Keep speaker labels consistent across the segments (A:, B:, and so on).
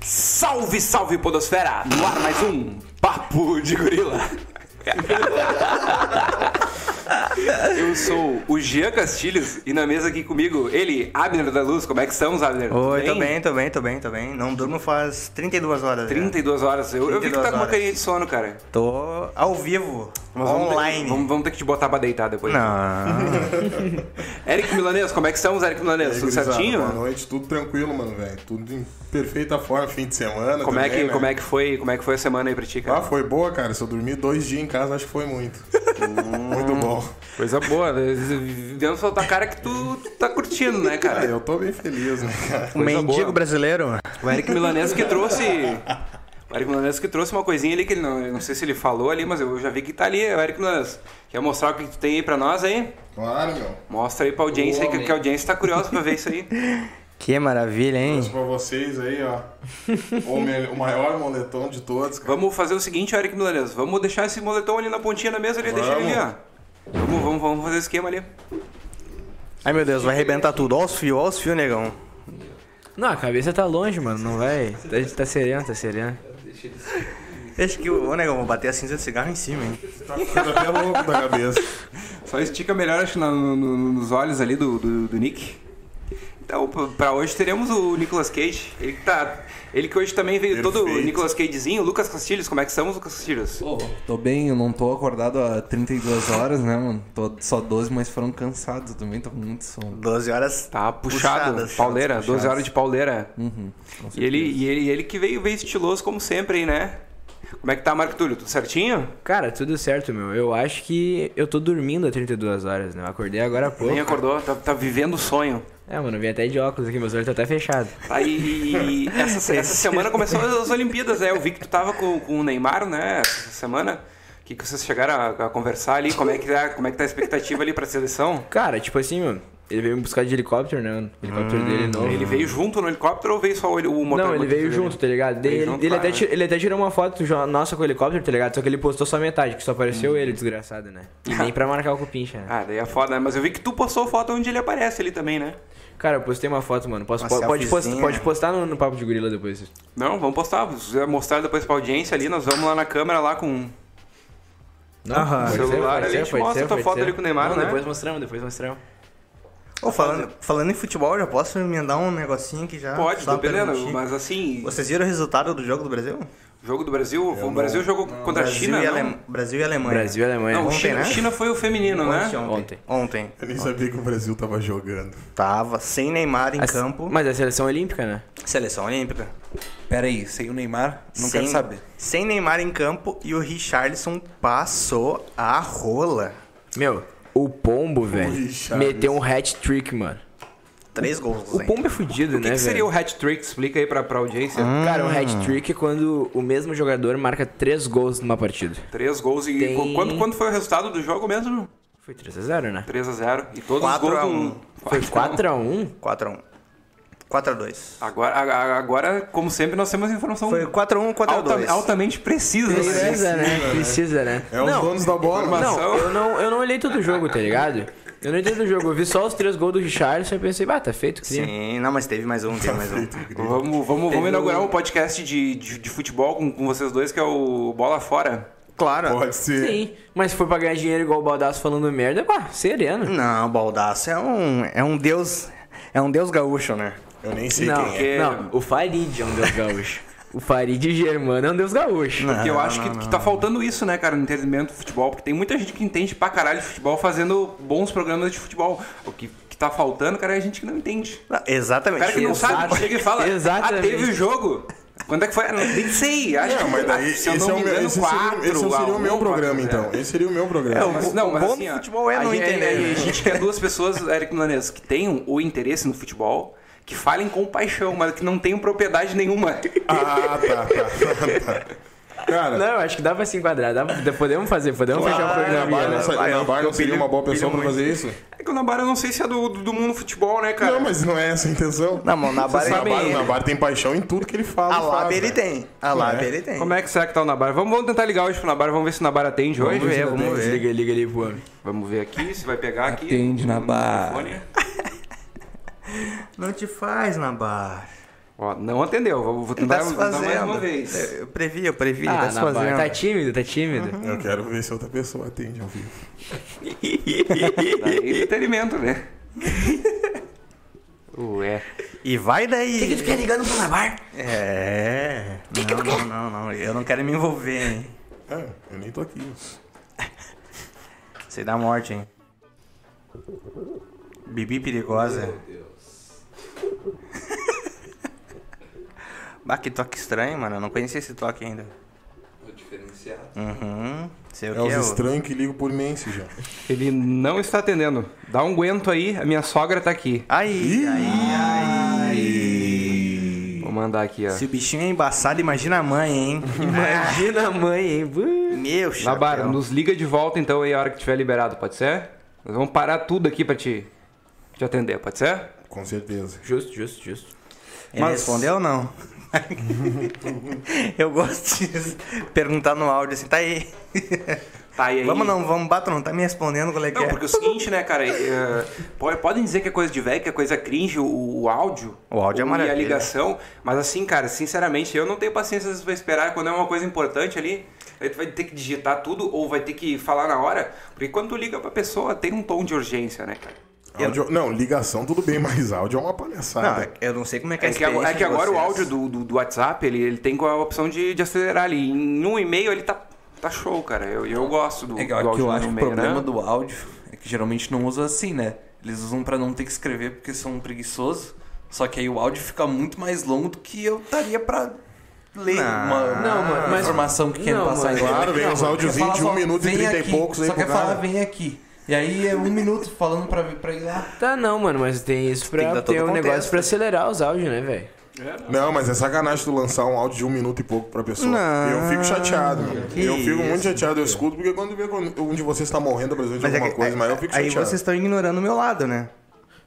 A: Salve, salve Podosfera! No ar mais um Papo de Gorila. Eu sou o Jean Castilhos e na mesa aqui comigo, ele, Abner da Luz. Como é que estamos, Abner? Tudo
B: Oi, tô bem, tô bem, tô bem, tô bem. Não durmo faz 32 horas. já.
A: 32 horas. Eu, eu vi que tu
B: 32
A: tá com uma
B: horas.
A: carinha de sono, cara.
B: Tô ao vivo,
A: Mas vamos ter-
B: online.
A: vamos, vamos ter que te botar pra deitar depois.
B: Não.
A: Eric Milanês, como é que estamos, Eric Milanês?
C: Aí,
A: Tudo
C: gurizada,
A: certinho?
C: Boa noite, tudo tranquilo, mano, velho. Tudo em perfeita forma, fim de semana.
A: Como é, que,
C: também, né?
A: como, é que foi, como é que foi a semana aí pra ti, cara?
C: Ah, foi boa, cara. Se eu dormir dois dias em casa, acho que foi muito.
A: Hum.
C: muito bom.
A: Coisa boa, né? dentro da tua cara que tu, tu tá curtindo, né,
C: Ah,
A: cara?
C: eu tô bem feliz, né, cara?
B: O mendigo
A: boa.
B: brasileiro.
A: O Eric Milanese que trouxe. O Eric Milanese que trouxe uma coisinha ali que ele não, eu não sei se ele falou ali, mas eu já vi que tá ali, o Eric Milanese. Quer mostrar o que tu tem aí pra nós aí?
C: Claro, meu.
A: Mostra aí pra audiência aí, que,
D: homem.
A: que a audiência tá curiosa pra ver isso aí.
B: Que maravilha, hein?
C: Pra vocês aí, ó. O, me- o maior moletom de todos, cara.
A: Vamos fazer o seguinte, Eric Milanese. Vamos deixar esse moletom ali na pontinha da mesa ali, deixa ele ali, ó. Vamos, vamos, vamos fazer o esquema ali.
B: Ai meu Deus, vai arrebentar tudo. Ó os fios, ó os fios, negão.
D: Não, a cabeça tá longe, mano. Não vai. Tá, tá sereno, tá sereno.
B: Acho que o ô, negão, vou bater a cinza de cigarro em cima, hein?
C: Tá ficando até louco da cabeça.
A: Só estica melhor, acho, na- no- no- nos olhos ali do, do, do Nick. Então, p- pra hoje teremos o Nicolas Cage. Ele que tá. Ele que hoje também veio todo
C: Perfeito.
A: Nicolas Cagezinho. Lucas Castilhos, como é que estamos, Lucas Castilhos?
E: Tô bem, eu não tô acordado há 32 horas, né, mano? Tô só 12, mas foram cansados também, tô com muito sono.
B: 12 horas.
A: Tá puxado,
B: Puxadas,
A: pauleira,
B: puxadas.
A: 12 horas de pauleira.
D: Uhum,
A: e, ele, e ele, ele que veio, veio estiloso como sempre, né? Como é que tá, Marco Túlio? Tudo certinho?
D: Cara, tudo certo, meu. Eu acho que eu tô dormindo há 32 horas, né? Eu acordei agora há pouco.
A: Nem acordou, tá, tá vivendo o sonho.
D: É, mano, eu vim até de óculos aqui, meus olhos tá até fechados.
A: Aí, e- e essa, essa semana começou as Olimpíadas, né? Eu vi que tu tava com, com o Neymar, né? Essa semana. O que, que vocês chegaram a, a conversar ali? Como é, que tá, como é que tá a expectativa ali pra seleção?
D: Cara, tipo assim, mano, ele veio me buscar de helicóptero, né? mano? O helicóptero dele novo.
A: Ah, Ele veio junto no helicóptero ou veio só o, heli- o motor?
D: Não, ele veio junto, tá ligado? Daí
A: Veio
D: Ele,
A: junto,
D: ele
A: claro,
D: até,
A: né?
D: tirou- ele até tirou uma foto jo- nossa com o helicóptero, tá ligado? Só que ele postou só metade, que só apareceu ele, desgraçado, né? E nem pra marcar o cupincha, né?
A: Ah, daí é foda, né? Mas eu vi que tu postou foto onde ele aparece ali também, né?
D: Cara, eu postei uma foto, mano. Posso,
B: Uma
D: po- pode, post-
B: selfiezinha.
D: pode postar no, no Papo de Gorila depois.
A: Não, vamos postar. Se quiser mostrar depois pra audiência ali, nós vamos lá na câmera lá com... um
D: Não,
B: Aham.
D: pode ser,
A: Celular,
D: pode
A: a
D: ser,
A: gente
D: pode
A: mostra
D: ser,
A: tua
D: pode
A: foto
D: ser.
A: ali com o Neymar,
D: Não,
A: né?
D: Depois mostramos, depois mostramos.
B: Ô, falando, falando em futebol, já posso emendar um negocinho que já.
A: Pode,
B: só
A: tô beleza,
B: perguntinha.
A: mas assim,
B: Vocês viram o resultado do jogo do Brasil?
A: jogo do Brasil, o Brasil jogou contra a
B: Brasil
A: China,
B: e
A: não?
B: Alem- Brasil e Alemanha.
D: Brasil e Alemanha.
A: Não,
B: Ontem,
A: China,
B: né?
A: China foi o feminino, né?
B: Ontem, ontem.
D: Ontem.
B: Ontem.
C: Eu nem sabia que o Brasil tava jogando.
B: Tava sem Neymar em
D: A-
B: campo.
D: Mas é a seleção olímpica, né?
B: Seleção Olímpica.
E: Pera aí, sem o Neymar, não
B: sem,
E: quero saber.
B: Sem Neymar em campo e o Richarlison passou a rola.
D: Meu, o Pombo, velho,
C: Richarlison.
D: meteu um hat-trick, mano.
B: Três gols,
D: O
B: hein?
D: Pombo é fudido,
A: O que,
D: né,
A: que seria
D: velho?
A: o hat-trick? Explica aí pra, pra audiência.
D: Cara, um hat-trick é quando o mesmo jogador marca três gols numa partida.
A: Três gols e...
D: Tem-
A: qu- Quanto, quanto foi o resultado do jogo mesmo?
D: Foi 3x0, né?
A: 3x0. E todos os
B: Quatro
A: gols...
B: a
A: do-
B: um.
D: Foi
A: Quatro a um.
D: 4x1?
B: 4x1. 4x2.
A: Agora, a- a- agora, como sempre, nós temos informação
B: Foi 4x1,
A: alta-
B: 4x2.
A: altamente precisa. né?
D: Precisa, né? Precisa, né?
C: É os donos da bola.
D: Não, eu não, eu não olhei todo o jogo, tá ligado? Eu não olhei todo o jogo, eu vi só os três gols do Richardson e pensei, bah, tá feito, crime.
B: Sim, não, mas teve mais um, teve mais um.
A: Vamos, vamos, vamos inaugurar um podcast de, de, de futebol com, com vocês dois, que é o Bola Fora.
B: Claro.
C: Pode ser.
D: Sim, mas se for pra ganhar dinheiro igual o Baldaço falando merda, pá, sereno.
B: Não, Baldaço é um, é um deus... É um deus gaúcho, né?
C: Eu nem sei
D: Não,
C: quem é.
A: é.
D: não, o Farid é um deus gaúcho. o Farid Germano é um deus gaúcho.
A: Porque eu acho que, que tá faltando isso, né, cara, no entendimento do futebol. Porque tem muita gente que entende pra caralho de futebol fazendo bons programas de futebol. O que, que tá faltando, cara, é a gente que não entende.
B: Não,
A: O
B: exatamente.
A: cara que não
D: Exato.
A: sabe, chega e fala, ah,
D: Exatamente.
A: teve o jogo. Quando é que foi? Ah, Não, nem sei. Acho
C: Não,
A: que
C: mas
A: ah,
C: daí,
A: se eu
C: esse, é
A: não
C: o
A: me
C: meu,
A: engano,
C: esse
A: quatro,
C: seria, esse seria
A: a
C: o
A: um,
C: meu
A: quatro,
C: programa,
A: zero.
C: então. Esse seria o meu programa.
B: É,
A: Mas,
B: O-
A: não,
B: o
A: mas
B: bom
A: assim,
B: do
A: ó,
B: futebol é
A: a
B: não
A: gente-
B: entender.
C: né?
A: A gente quer duas pessoas, Eric Nunes, que tenham o interesse no futebol, que falem com paixão, mas que não tenham propriedade nenhuma.
C: Ah, tá, tá, tá, tá. Cara,
D: Não, eu acho que dá pra se enquadrar, dá pra- podemos fazer, podemos fechar o
C: Ah,
D: programa.
C: na barra não,
D: né?
C: sa-
B: vai,
C: na
B: eu-
C: barra não
B: eu
C: seria um
B: pilho-
C: uma boa pessoa
B: pilho
C: pra fazer isso?
A: É que o Nabara eu não sei se é do, do, do mundo futebol, né, cara?
C: Não, mas não é essa a intenção.
B: Não, mas o Nabar,
C: Você
B: ele
C: sabe,
B: tem.
C: o Nabar é tem paixão em tudo que ele fala.
B: A
C: e faz,
B: lábia ele
C: né?
B: tem. A lábia ele tem.
A: Como é que será que tá o Nabara? Vamos, vamos tentar ligar hoje pro Nabara, vamos ver se o Nabara atende hoje.
B: ver, vamos ver.
D: Liga, liga ali pro homem.
A: Vamos ver aqui, se vai pegar aqui. Hum,
E: Atende,
A: no
E: Nabara.
A: telefone.
B: Não te faz, Nabar.
A: Ó, não atendeu. Vou, vou
B: Ele tá
A: tentar,
B: se
A: tentar mais
B: fazendo. É.
A: uma vez.
B: Eu previ, eu previ, ele
D: Ah,
B: tá se
D: na barra.
B: fazendo. Uhum.
D: Tá tímido, tá tímido.
C: Eu quero ver se outra pessoa atende ao vivo.
A: Daí Tá entretenimento, né? Ué.
B: E vai daí.
D: ligando pro Nabar?
B: É. Não, não, não, não. Eu não quero me envolver, hein?
C: É, eu nem tô aqui.
B: Sei da morte, hein? Bibi perigosa. Meu Deus. bah, que toque estranho, mano. Eu não conhecia esse toque ainda.
A: Vou diferenciar.
B: Uhum. Sei o
C: É
B: que
C: os
B: é. o-
C: estranhos que ligam por Mense já.
A: Ele não está atendendo. Dá um aguento aí, a minha sogra tá aqui.
B: Aí,
A: Vou mandar aqui, ó.
B: se o bichinho é embaçado, imagina a mãe, hein?
D: Imagina a mãe, hein? Bu-
B: Meu chapéu.
A: Nabar, nos liga de volta então aí a hora que tiver liberado, pode ser? Nós vamos parar tudo aqui pra te, te atender, pode ser?
C: Com certeza.
D: Justo, justo, justo.
B: Ele
A: Mas-
B: respondeu ou não? eu gosto de perguntar no áudio assim, tá aí.
A: Tá, e aí?
B: Vamos não, vamos bater, não tá me respondendo qual é que
A: Não,
B: é.
A: porque é o seguinte, né, cara? é, po- podem dizer que é coisa de velho, que é coisa cringe, o, o áudio.
B: O áudio é
A: ou-
B: maravilha.
A: E a ligação. Mas assim, cara, sinceramente, eu não tenho paciência às vezes, pra esperar quando é uma coisa importante ali. Aí tu vai ter que digitar tudo ou vai ter que falar na hora. Porque quando tu liga pra pessoa, tem um tom de urgência, né, cara?
C: Áudio- Não, ligação tudo bem, mas áudio é uma palhaçada.
B: Não, eu não sei como é que é
A: É
B: a
A: que, agora-
B: experiência
A: é que
B: de
A: agora o
B: vocês.
A: áudio do, do, do WhatsApp, ele, ele tem a opção de, de acelerar ali. Em um e-mail ele tá, tá show, cara. Eu, eu gosto do,
E: É que
A: do
E: eu-
A: áudio
E: que eu
A: no
E: acho que o
A: e-mail,
E: problema
A: né?
E: do áudio é que geralmente não usam assim, né? Eles usam pra não ter que escrever porque são preguiçosos. Só que aí o áudio fica muito mais longo do que eu estaria pra ler
B: Não.
E: uma,
D: Não, mano,
E: uma
D: mas-
E: informação que quer
D: não,
E: passar.
D: mano.
E: em-
C: Claro, vem os áudiozinhos
E: Quer
C: de
E: falar
C: 1 minuto e
E: vem
C: 30 e
E: aqui,
C: poucos aí
E: Só
C: pro
E: quer falar,
C: cara.
E: vem aqui. E aí é um minuto falando pra, pra ir lá.
D: Tá não, mano, mas tem isso
B: Tem que
D: pra
B: dar
D: ter
B: todo
D: um
B: o contexto.
D: negócio pra acelerar os áudios, né, velho?
C: Não, mas é sacanagem tu lançar um áudio de um minuto e pouco pra pessoa.
B: Não.
C: Eu fico chateado, mano.
B: Que
C: Eu fico muito
B: isso,
C: chateado, eu escuto, porque quando vê quando um de vocês tá morrendo apresente
B: Mas é
C: alguma
B: que-
C: coisa,
B: é-
C: mas eu fico
B: aí
C: chateado.
B: vocês estão ignorando o meu lado, né?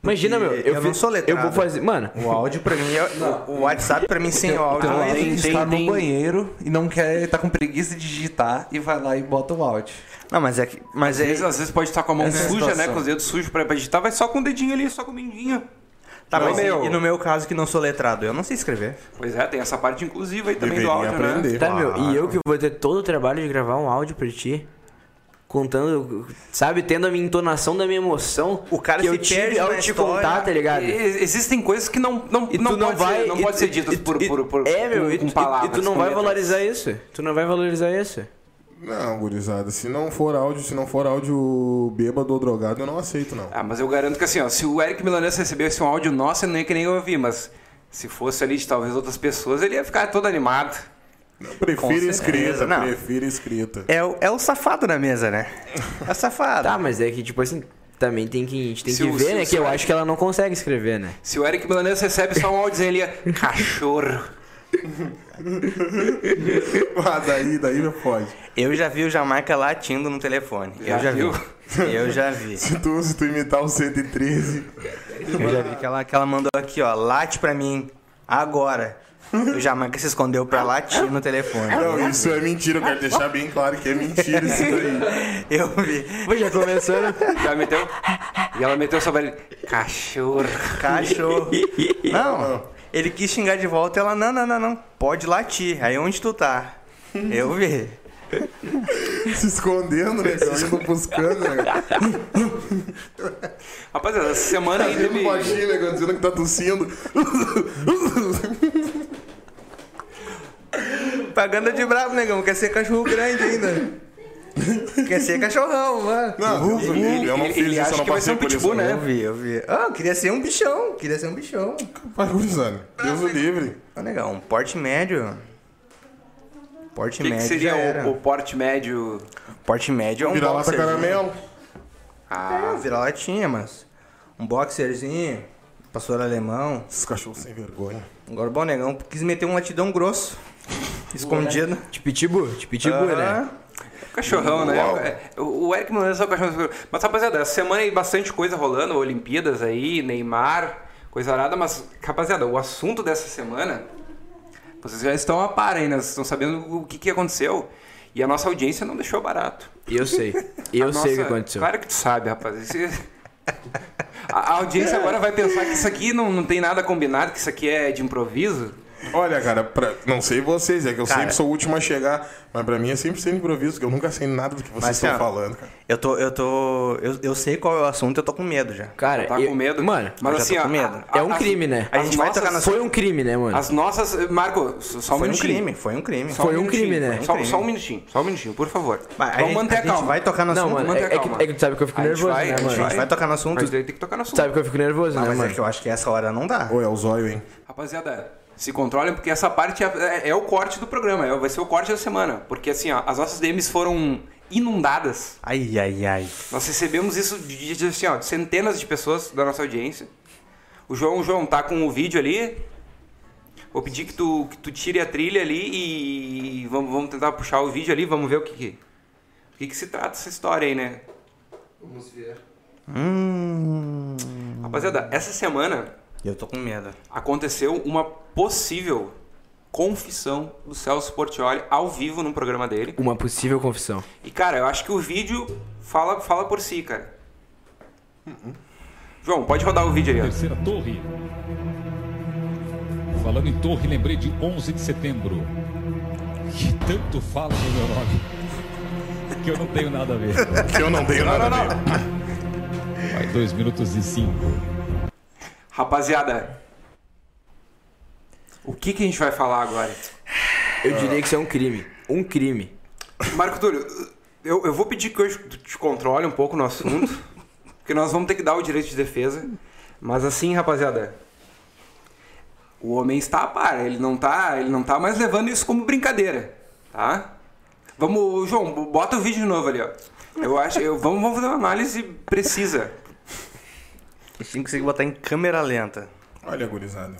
D: Imagina, meu.
B: eu não
D: fiz-
B: sou letrado.
D: Eu vou fazer. Mano,
B: O áudio pra mim, é- o, o WhatsApp pra mim sem o áudio
E: Então,
B: não é.
E: alguém
A: tem-
E: que está
A: tem-
E: no banheiro e não quer, tá com preguiça de digitar e vai lá e bota o áudio.
B: Não, mas é que. Mas
A: Às
B: é,
A: vezes, às vezes pode estar com a mão
E: Essa é a
A: suja, né?
E: situação.
A: Com os dedos sujos pra, pra digitar, vai só com o dedinho ali, só com o mindinho.
B: tá,
A: não,
B: mas e-
A: meu.
B: e no meu caso que não sou letrado, eu não sei escrever.
A: Pois é, tem essa parte inclusiva aí também
C: Deveriam
A: do áudio, né?
C: aprender.
D: Tá, meu, e eu que vou ter todo o trabalho de gravar um áudio pra ti, contando, sabe, tendo a minha entonação da minha emoção.
B: O cara
D: que
B: se
D: eu tive
B: perde
D: ao
B: na
D: te
B: história.
D: contar, tá ligado?
A: E- e- Existem coisas que não, não,
D: E
A: não,
D: tu não
A: pode,
D: vai.
A: ser, não
D: e-
A: pode ser
D: e-
A: ditas
D: e-
A: por,
D: e-
A: por, por-
D: É, meu,
A: com,
D: e,
A: com
D: tu- e-
A: palavras.
D: e tu não
A: com
D: vai
A: letras.
D: valorizar isso. Tu não vai valorizar isso.
C: Não, gurizada, se não for áudio, se não for áudio bêbado ou drogado, eu não aceito, não.
A: Ah, mas eu garanto que assim, ó, se o Eric Milanese recebesse um áudio nosso, ele não ia que nem eu ouvi, mas se fosse ali de talvez outras pessoas, ele ia ficar todo animado.
C: Eu
B: Com
C: prefiro
B: certeza,
C: escrita,
B: não.
C: prefiro escrita.
B: É, o- é o safado na mesa, né? É o safado.
D: Tá, mas é que, tipo assim, também tem que, a gente tem
A: Ah, Se
D: que
A: o- se
D: ver, né?
A: o
D: Que eu
A: Sérgio-
D: acho que ela não consegue escrever, né?
A: Se o Eric Milanese recebe só um áudiozinho, ele ia. Cachorro.
C: Ah, daí, daí me pode.
B: Eu já vi o Jamaica latindo no telefone.
A: Já
B: eu já
A: viu?
B: vi. Eu já vi.
C: Se tu, se tu imitar o 113,
B: Eu já vi que ela, que ela mandou aqui, ó. Late pra mim. Agora. O Jamaica se escondeu pra latir no telefone.
C: não, isso é mentira, eu quero deixar bem claro que é mentira isso daí.
B: Eu vi.
D: Pô, já começando.
A: Já meteu. E ela meteu sobre ele. Cachorro.
B: Cachorro. Não. Ele quis xingar de volta e ela, não, não, não, não. Pode latir. Aí onde tu tá? Eu vi.
C: Se escondendo, né? Se indo buscando, né?
A: Rapaziada, essa semana aí
B: um
C: Fazendo
A: teve.
C: baixinho, né? Dizendo que tá tossindo.
B: Paganda de brabo, negão. Quer ser cachorro grande ainda. Quer ser cachorrão, mano.
C: Não, Deus o livre, eu
A: Uhum.
C: não
A: ele-
C: fiz
A: ele
C: isso,
A: acha
C: eu não
A: que vai ser
C: passei
A: um
C: por
A: pitbull,
C: isso.
A: né?
B: Eu vi, eu vi. Ah, eu queria ser um bichão. Queria ser um bichão.
C: Vai, gurizada. Deus o livre.
B: Ô, negão, um porte médio. Porte
A: O que, que
B: médio.
A: seria
B: já era.
A: o, o porte médio?
B: Porte médio é um
C: Virar lata
B: boxerzinho.
C: caramelo.
B: É, vira latinha, mas. Um boxerzinho. Pastor alemão.
C: Esses cachorros sem vergonha.
B: Agora o bom negão quis meter um latidão grosso. Escondido.
D: De pitbull, de pitbull, né?
B: Ah,
A: Cachorrão, né? É, O o Eric Milanese é o cachorrão. Mas rapaziada, essa semana aí bastante coisa rolando, Olimpíadas aí, Neymar, coisa arada, mas rapaziada, o assunto dessa semana, vocês já estão a par aí, né? Vocês estão sabendo o que, que aconteceu. E a nossa audiência não deixou barato.
D: Eu sei. Eu
A: A
D: sei o que
A: nossa-
D: aconteceu.
A: Claro que tu sabe, rapaz. Esse- A, a audiência agora vai pensar que isso aqui não, não tem nada combinado, que isso aqui é de improviso.
C: Olha, cara, pra- não sei vocês, é que eu sempre sou o último a chegar, mas pra mim é sempre sendo improviso, que eu nunca sei nada do que vocês
B: Mas,
C: estão
B: ó,
C: falando, cara.
B: Eu tô. Eu tô. Eu, eu sei qual é o assunto, eu tô com medo já.
D: Cara,
A: Tá
D: eu-
A: com medo.
D: Mano,
A: mas
B: eu já
A: assim,
B: tô
A: ó,
B: com medo.
A: a-
D: é um
A: as-
D: crime, né?
B: A gente
A: as
B: vai
A: nossas-
B: tocar no assunto.
D: Foi um crime, né, mano?
A: As nossas. Marco, só um
B: Foi um
A: minutinho.
B: crime, foi um crime.
A: Só
D: Foi um
A: minutinho,
D: crime, né?
A: Só,
B: Foi um crime.
A: só um minutinho, só um minutinho, por favor.
B: Mas a
A: Vamos
B: gente-
A: manter
B: a
A: a
B: gente
A: calma.
B: vai tocar no
D: Não,
B: assunto,
D: mano,
A: manter
D: é,
A: a
D: é que,
A: calma.
D: é que tu sabe que eu fico
A: A gente
D: nervoso,
A: vai, a
D: né,
A: gente
D: mano?
B: A gente vai tocar no assunto.
A: Mas é, daí tem que tocar no assunto.
D: Tu sabe que eu fico nervoso,
B: Ah,
D: né,
B: mas
D: mano?
B: é que eu acho que essa hora não dá.
C: Ou é o zóio, hein?
A: Rapaziada, se controlem, porque essa parte é, é- é o corte do programa, é- vai ser o corte da semana. Porque assim, ó, as nossas DMs foram inundadas.
B: Ai, ai, ai.
A: Nós recebemos isso de, de- assim, ó, de centenas de pessoas da nossa audiência. O João, o João, tá com o vídeo ali. Vou pedir que tu, que tu tire a trilha ali e vamos, vamos tentar puxar o vídeo ali, vamos ver o que que, o que que se trata essa história aí, né?
F: Vamos ver.
B: Hum.
A: Rapaziada, essa semana
B: Eu tô com medo.
A: aconteceu uma possível confissão do Celso Portioli ao vivo no programa dele.
D: Uma possível confissão.
A: E cara, eu acho que o vídeo fala, fala por si, cara.
B: Hum,
A: João, pode rodar o vídeo aí, ó.
G: Terceira torre. Falando em torre, lembrei de 11 de setembro. Que tanto fala no meu nome. Que eu não tenho nada a ver.
C: Que eu não tenho nada a ver.
G: Vai 2 minutos e 5.
A: Rapaziada, o que, que a gente vai falar agora?
D: Eu diria que isso é um crime. Um crime.
A: Marco Túlio, eu, eu vou pedir que hoje tu te controle um pouco no assunto, porque nós vamos ter que dar o direito de defesa. Mas assim, rapaziada, o homem está a par, ele não tá, ele não tá mais levando isso como brincadeira, tá? Vamos, João, bota o vídeo de novo ali, ó. Eu acho, eu, vamos, vamos fazer uma análise precisa.
B: Eu tinha que conseguir botar em câmera lenta.
C: Olha, gurizada.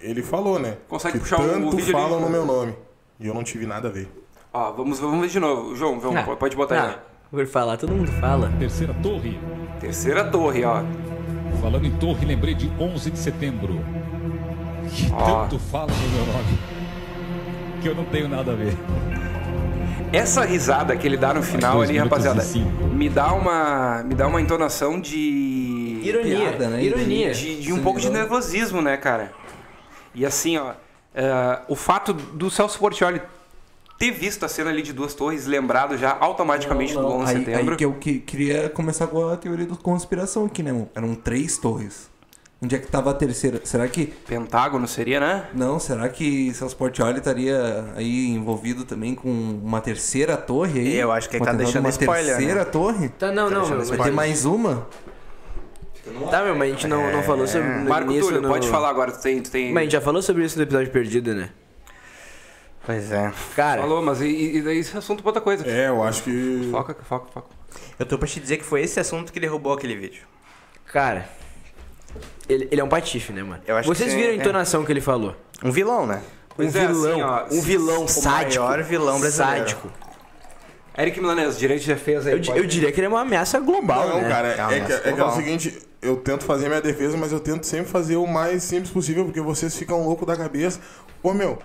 C: Ele falou, né?
A: Consegue
C: que
A: puxar o
C: tanto
A: vídeo ali?
C: falam no meu nome. E eu não tive nada a ver.
A: Ó, vamos, vamos ver de novo. João, João,
D: Ah,
A: pode botar aí. né?
D: ah, Por falar, todo mundo fala.
G: Terceira torre.
A: Terceira torre, ó.
G: Falando em torre, lembrei de 11 de setembro. Que
A: Ó.
E: Ah.
G: tanto fala no meu nome. Que eu não tenho nada a ver.
A: Essa risada que ele dá no final
G: dois
A: ali,
G: minutos
A: rapaziada,
G: e cinco.
A: me dá uma me dá uma entonação de
D: Ironia.
E: Piada, né?
D: Ironia.
A: de, de um pouco de nervosismo, né, cara? E assim, ó, eh, o fato do Celso Portioli ter visto a cena ali de Duas Torres, lembrado já automaticamente do 11 de
E: Aí,
A: setembro.
E: aí que eu que- queria começar com a teoria da conspiração aqui, né? mano? Eram três torres. Onde é que tava a terceira? Será que.
A: Pentágono seria, né?
E: Não, será que Celso Portioli estaria aí envolvido também com uma terceira torre aí?
B: Eu acho que ele
E: Um
B: tá
E: atentado,
B: deixando
E: uma
B: spoiler, né?
E: terceira torre?
D: Tá, não, não, meu.
E: Vai ter mais uma?
D: Tá, meu, mas a gente não, não falou sobre
A: Marco
D: isso
A: Túlio,
D: no-
A: pode falar agora, tu tem, tu tem...
D: Mas a gente já falou sobre isso no episódio perdido, né?
B: Pois é.
D: Cara,
A: Falou, mas e, e daí esse assunto pra outra coisa.
C: É, eu acho que.
A: Foca, foca, foca.
B: Eu tô pra te dizer que foi esse assunto que derrubou aquele vídeo.
D: cara. Ele, ele é um patife, né, mano?
B: Eu acho que
D: Vocês
B: sim,
D: viram a
B: é.
D: entonação que ele falou.
B: Um vilão, né?
A: Pois
D: um
A: é,
D: vilão,
A: assim, ó,
D: um vilão
B: o
D: sádico.
B: maior vilão É um brasileiro.
D: Sádico.
A: Eric Milanese, direito de defesa aí.
D: Eu, di-
A: pode-
D: eu diria que ele é uma ameaça global,
C: Não,
D: né?
C: cara,
B: Calma,
C: é, que, é que é o
B: global.
C: seguinte, eu tento fazer minha defesa, mas eu tento sempre fazer o mais simples possível, porque vocês ficam louco da cabeça. Pô, meu,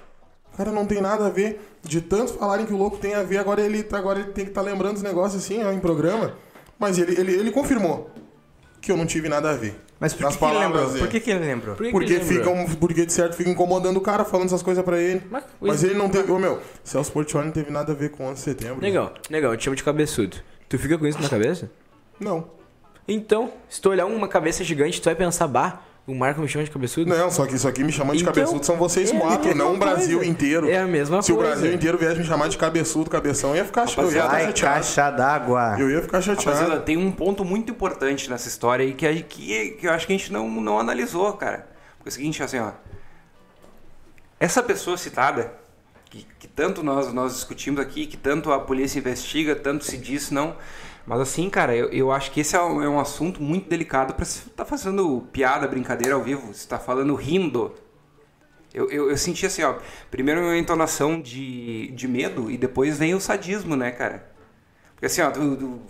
C: cara, não tem nada a ver. De tanto falarem que o louco tem a ver, agora ele, tá- agora ele tem que estar lembrando os negócios assim, ó, em programa. Mas ele, ele, ele confirmou que eu não tive nada a ver.
B: Mas por
C: Nas
B: que, que ele
C: palavras
B: lembrou?
C: dele.
B: Por que, que ele lembrou?
D: Por que que
C: Porque, um
D: ele é um lembrou?
C: ficam, porque de certo fica incomodando o cara falando essas coisas pra ele. Mas,
D: Mas-
C: ele não teve. Ô meu, Celso Portioli não teve nada a ver com o 11 de setembro.
D: Negão, negão, eu te chamo de cabeçudo. Tu fica com isso na cabeça?
C: Não.
D: Então, se tu olhar uma cabeça gigante, tu vai pensar, bah, o Marco me chama de cabeçudo?
C: Não, só que isso aqui me chamando de
D: Então,
C: cabeçudo são vocês
D: é a
C: quatro,
D: mesma
C: não o Brasil
D: coisa.
C: inteiro.
D: É a mesma
C: Se o
D: coisa.
C: Brasil inteiro viesse me chamar de cabeçudo, cabeção, ia ficar eu ia ficar
B: Ai,
C: chateado.
B: caixa d'água.
C: Eu ia ficar chateado.
A: Rapaziada, tem um ponto muito importante nessa história aí que, a- que, que eu acho que a gente não, não analisou, cara. Porque é o seguinte, assim, ó. Essa pessoa citada, que, que tanto nós, nós discutimos aqui, que tanto a polícia investiga, tanto se diz, não. Mas assim, cara, eu, eu acho que esse é um, é um assunto muito delicado pra se tá fazendo piada, brincadeira ao vivo, se tá falando rindo. Eu, eu, eu senti assim, ó. Primeiro uma entonação de, de medo e depois vem o sadismo, né, cara? Porque assim, ó, tu, tu-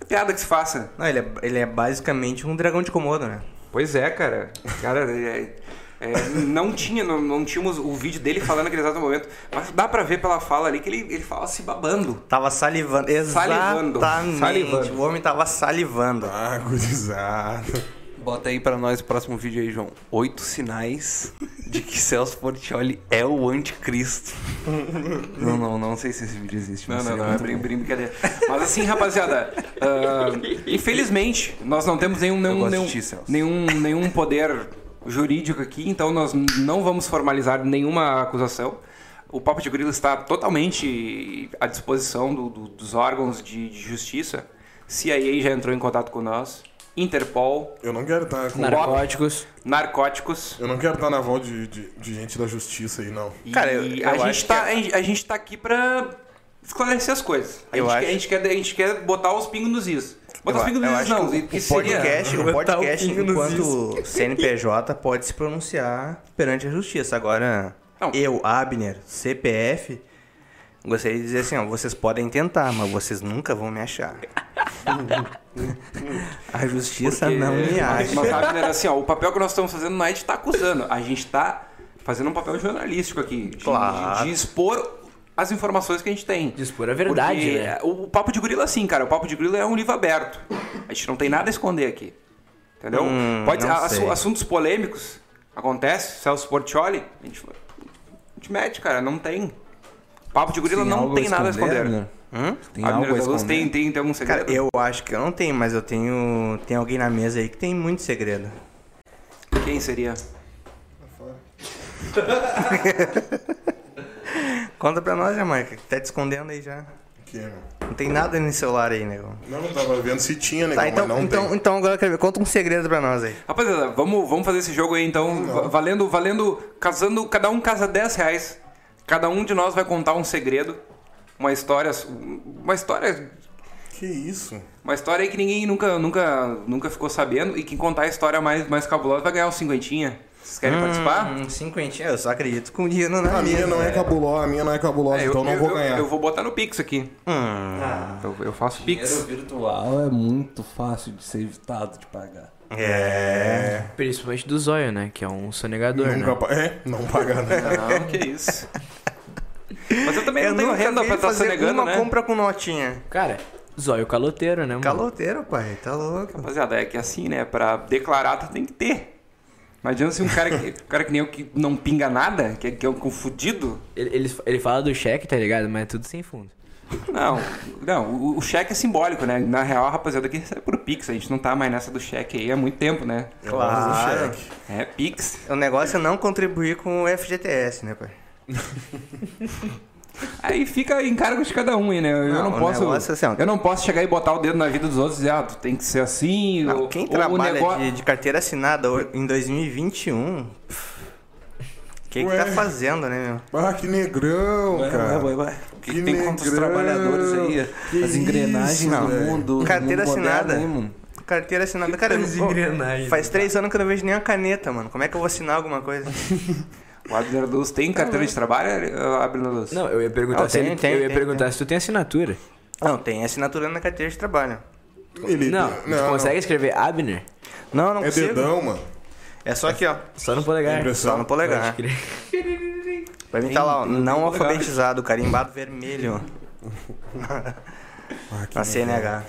A: é piada que se faça.
B: Não, ele é, ele é basicamente um dragão de Komodo, né?
A: Pois é, cara. Cara, é- é, não tinha, não, não tínhamos o vídeo dele falando naquele exato momento. Mas dá pra ver pela fala ali que ele, ele fala se babando.
B: Tava salivando.
A: Salivando.
B: Exatamente.
A: Salivando.
B: O homem tava salivando.
C: Ah, gurizada.
E: Bota aí pra nós o próximo vídeo aí, João. Oito sinais de que Celso Portioli é o anticristo. não, não, não sei se esse vídeo existe.
A: Não,
E: mas
A: não,
E: seria
A: não, é
E: muito
A: brin-
E: bom.
A: brincadeira. Mas assim, rapaziada, ah, infelizmente, nós não temos nenhum, nenhum,
E: gosto de
A: nenhum,
E: ti, Celso.
A: nenhum, nenhum poder jurídico aqui, então nós não vamos formalizar nenhuma acusação. O Papo de Grilo está totalmente à disposição do- do- dos órgãos de, de justiça. CIA já entrou em contato com nós, Interpol,
C: Eu não quero estar com...
D: Narcóticos.
A: narcóticos.
C: Eu não quero estar na voz de, de, de gente da justiça aí, não.
B: Cara, eu-
A: e
B: eu
A: a,
B: acho é-
A: gente tá, a gente tá aqui pra esclarecer as coisas. A,
B: Eu
A: gente,
B: acho-
A: quer, a, gente, quer, a gente quer botar os pingos nos is. Botar
B: Eu
A: os
B: a-
A: pingos
B: eu
A: nos is
B: acho
A: não.
B: que
A: O,
B: O podcast, o podcast enquanto CNPJ, pode se pronunciar perante a justiça. Agora,
A: Não.
B: eu, Abner, CPF, gostaria de dizer assim, ó, vocês podem tentar, mas vocês nunca vão me achar. a justiça não me
A: Mas,
B: acha.
A: mas, Abner, assim, ó, o papel que nós estamos fazendo não é de estar acusando. A gente tá fazendo um papel jornalístico aqui. De,
B: Claro.
A: de- de expor as informações que a gente tem.
D: De expor a verdade,
A: Porque
D: né?
A: O, o Papo de Grilo é assim, cara. O Papo de Grilo é um livro aberto. A gente não tem nada a esconder aqui. Entendeu?
B: Hum,
A: Pode
B: não
A: a- assu-
B: sei.
A: assuntos polêmicos acontece, Celso Portioli, a gente, a gente mete, cara, não tem. Papo de Grilo
E: Tem
A: não
E: algo
A: tem nada a esconder.
E: né?
B: Hum?
E: Tem
A: Abner
E: algo a
A: da Luz
E: esconder.
A: tem, tem, tem algum segredo?
B: Cara, eu acho que eu não tenho, mas eu tenho. Tem alguém na mesa aí que tem muito segredo.
A: Quem seria?
B: Conta pra nós, Jamaica, que tá te escondendo aí já.
C: Que, meu?
B: Não tem nada nesse celular aí, negão.
C: Não, eu tava vendo se tinha, né?
B: Tá,
C: mas
B: então,
C: não
B: então,
C: tem.
B: então agora eu quero ver. Conta um segredo pra nós aí.
A: Rapaziada, vamos, vamos fazer esse jogo aí então. Va- Valendo, valendo, casando, cada um casa 10 reais. Cada um de nós vai contar um segredo, uma história, uma história,
C: Que isso?
A: uma história aí que ninguém nunca, nunca, nunca ficou sabendo e quem contar a história mais, mais cabulosa vai ganhar um cinquentinha. Vocês querem participar?
B: Hum, cinquentinha, eu só acredito com né? dinheiro na
C: A minha
B: mesa.
C: não é cabulosa, a minha não é cabulosa,
A: É,
C: então não vou
A: eu-
C: ganhar. Ah.
A: Eu, vou botar no Pix aqui.
B: Hum.
A: Eu, eu faço
E: Dinheiro
A: Pix.
E: virtual é muito fácil de ser evitado de pagar.
B: É.
D: Principalmente do zóio, né? Que é um sonegador,
C: Nunca
D: né?
C: pa- É, não pagar, né?
A: Não, que isso. Mas eu também
B: Eu
A: não tenho
B: nunca
A: renda pra
B: vi ele
A: estar
B: fazer
A: sonegando,
B: uma
A: né?
B: compra com notinha.
D: Cara, zóio caloteiro, né, mano?
B: Caloteiro, pai, tá louco.
A: Rapaziada, é que assim, né? Pra declarar, tu tem que ter. Não adianta ser um cara que, um cara que nem eu que não pinga nada, que, é- que é um confundido.
D: Ele, ele, ele fala do cheque, tá ligado? Mas é tudo sem fundo.
A: Não, não, o, o cheque é simbólico, né? Na real, a rapaziada aqui recebe por Pix, a gente não tá mais nessa do cheque aí há muito tempo, né?
C: um
B: Claro.
A: É Pix.
B: O negócio é não contribuir com o FGTS, né, pai?
A: Aí fica em cargo de cada um aí, né? Eu
B: Não,
A: não,
B: o
A: posso.
B: negócio é assim, ó.
A: eu não posso chegar e botar o dedo na vida dos outros e dizer, ah, tu tem que ser assim.
B: Não,
A: ou-
B: Ah, quem
A: ou o
B: trabalha
A: negó-
B: de, de carteira assinada ho- em 2021. O um? que, que
C: Ué.
B: tá fazendo, né, meu?
C: Ah, que negrão, cara.
A: é
E: O
C: Que
E: que, que tem contra os
C: negrão,
E: trabalhadores aí?
C: que
E: As engrenagens
C: isso,
E: do
C: velho.
E: mundo. do
B: Carteira
E: mundo moderno,
B: assinada.
E: hein, mano?
B: Carteira assinada. Cara, eu não- faz três anos que eu não vejo nem a caneta, mano. Como é que eu vou assinar alguma coisa?
A: O Abner Luz tem carteira de trabalho, Abner Luz?
D: Não, eu ia perguntar,
B: Não,
D: se,
B: tem,
D: ele-
B: tem,
D: eu ia
B: tem,
D: perguntar
B: tem.
D: se tu tem assinatura.
B: Não, tem assinatura na carteira de trabalho.
C: Ele...
D: Não, tu consegue escrever Abner?
B: Não, não
C: É
B: consigo.
C: dedão, mano.
B: É só aqui, ó.
D: É, Só no polegar.
B: Só
C: Impressão.
B: no polegar.
D: crer.
B: Pra mim tá lá, ó, não alfabetizado, carimbado vermelho
C: Ah, que
B: na CNH.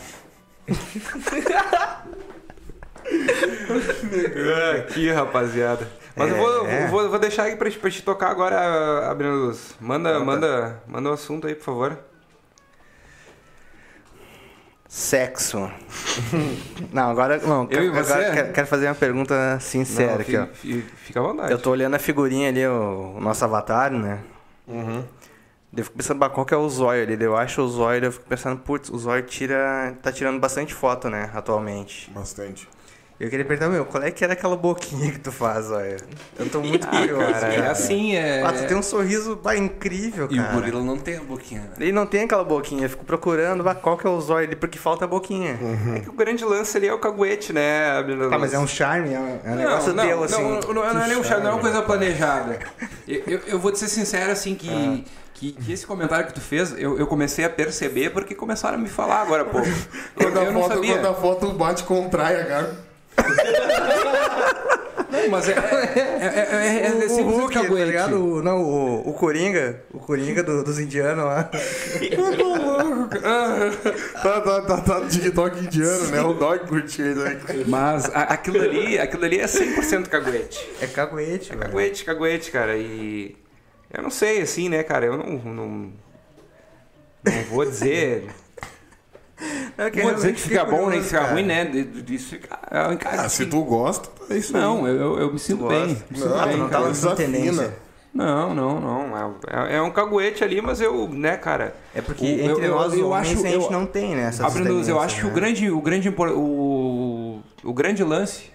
A: Aqui, rapaziada. Mas eu, vou,
B: É.
A: eu vou, eu vou deixar aí pra, te- pra te tocar agora, Abrindo Luz. Manda, manda, manda o assunto aí, por favor.
B: Sexo. Não, agora não.
A: Eu e
B: quero-
A: você?
B: agora quero, quero fazer uma pergunta sincera
A: Não,
B: é, aqui, ó.
A: fi- fi- Fica à vontade.
B: Eu tô olhando a figurinha ali, o, o nosso avatar, né? Daí Eu fico pensando, bah, qual que é o zóio ali? Daí Eu acho o zóio, daí eu fico pensando, putz, o zóio tira, tá tirando bastante foto, né, atualmente.
C: Bastante.
B: Eu queria perguntar, meu, qual é que era aquela boquinha que tu faz, zóio? Eu tô muito
A: Ah,
B: curioso.
A: cara, é
B: cara.
A: assim, é...
B: Ah, tu tem um sorriso bah, incrível,
E: E o
B: cara.
E: gorila não tem a boquinha, né?
B: Ele não tem aquela boquinha, eu fico procurando bah, qual que é o zóio ali, porque falta a boquinha.
A: É que o grande lance ali é o caguete, né, Abrindo Luz?
B: Tá, mas é um charme, é um, é um
A: não,
B: negócio
A: não,
B: teu,
A: não,
B: assim.
A: Não, não, não é nem um charme, não é uma coisa planejada. Eu, eu, eu vou te ser sincero, assim, que,
B: Ah.
A: que, que esse comentário que tu fez, eu, eu comecei a perceber porque começaram a me falar agora há pouco. Eu,
C: Quando,
A: eu
C: a
A: não
C: foto,
A: sabia.
C: quando a foto bate, contrai a cara.
A: mas é. É, é, é, é, é
B: o
A: simples
B: Hulk, tá
A: caguete.
B: ligado? O- Não, o, o Coringa. O Coringa do- dos indianos lá.
C: Tá, tá, tá, tá no TikTok indiano, né? O dog curtiu ele, né?
A: Mas a- aquilo ali, aquilo ali é 100% caguete.
B: É caguete, velho.
A: Caguete, caguete, cara. E eu não sei, assim, né, cara? Eu não. Não, não vou dizer.
B: É que
A: não vou dizer
B: realmente
A: que fica bom nem que
B: curioso,
A: fica
B: cara.
A: ruim, né? De- de- Isso fica. é um encaixe,
C: Ah, se
A: sim.
C: tu gosta, é isso aí.
A: Não, eu, eu- eu me sinto
B: Gosto.
A: bem. me sinto
C: Não,
A: bem,
C: não
B: não
A: cara.
B: tá
C: cara,
B: lançando
C: desafina.
B: tendência.
A: Não, não, não. É, é um caguete ali, mas eu, né, cara.
B: É porque
A: o-
B: entre nós
A: eu
B: homens
A: acho-
B: a gente
A: eu-
B: não tem, né? essas
A: Abre luz, eu
B: tendências,
A: acho que o
B: né?
A: grande, o grande, impor- o, o grande lance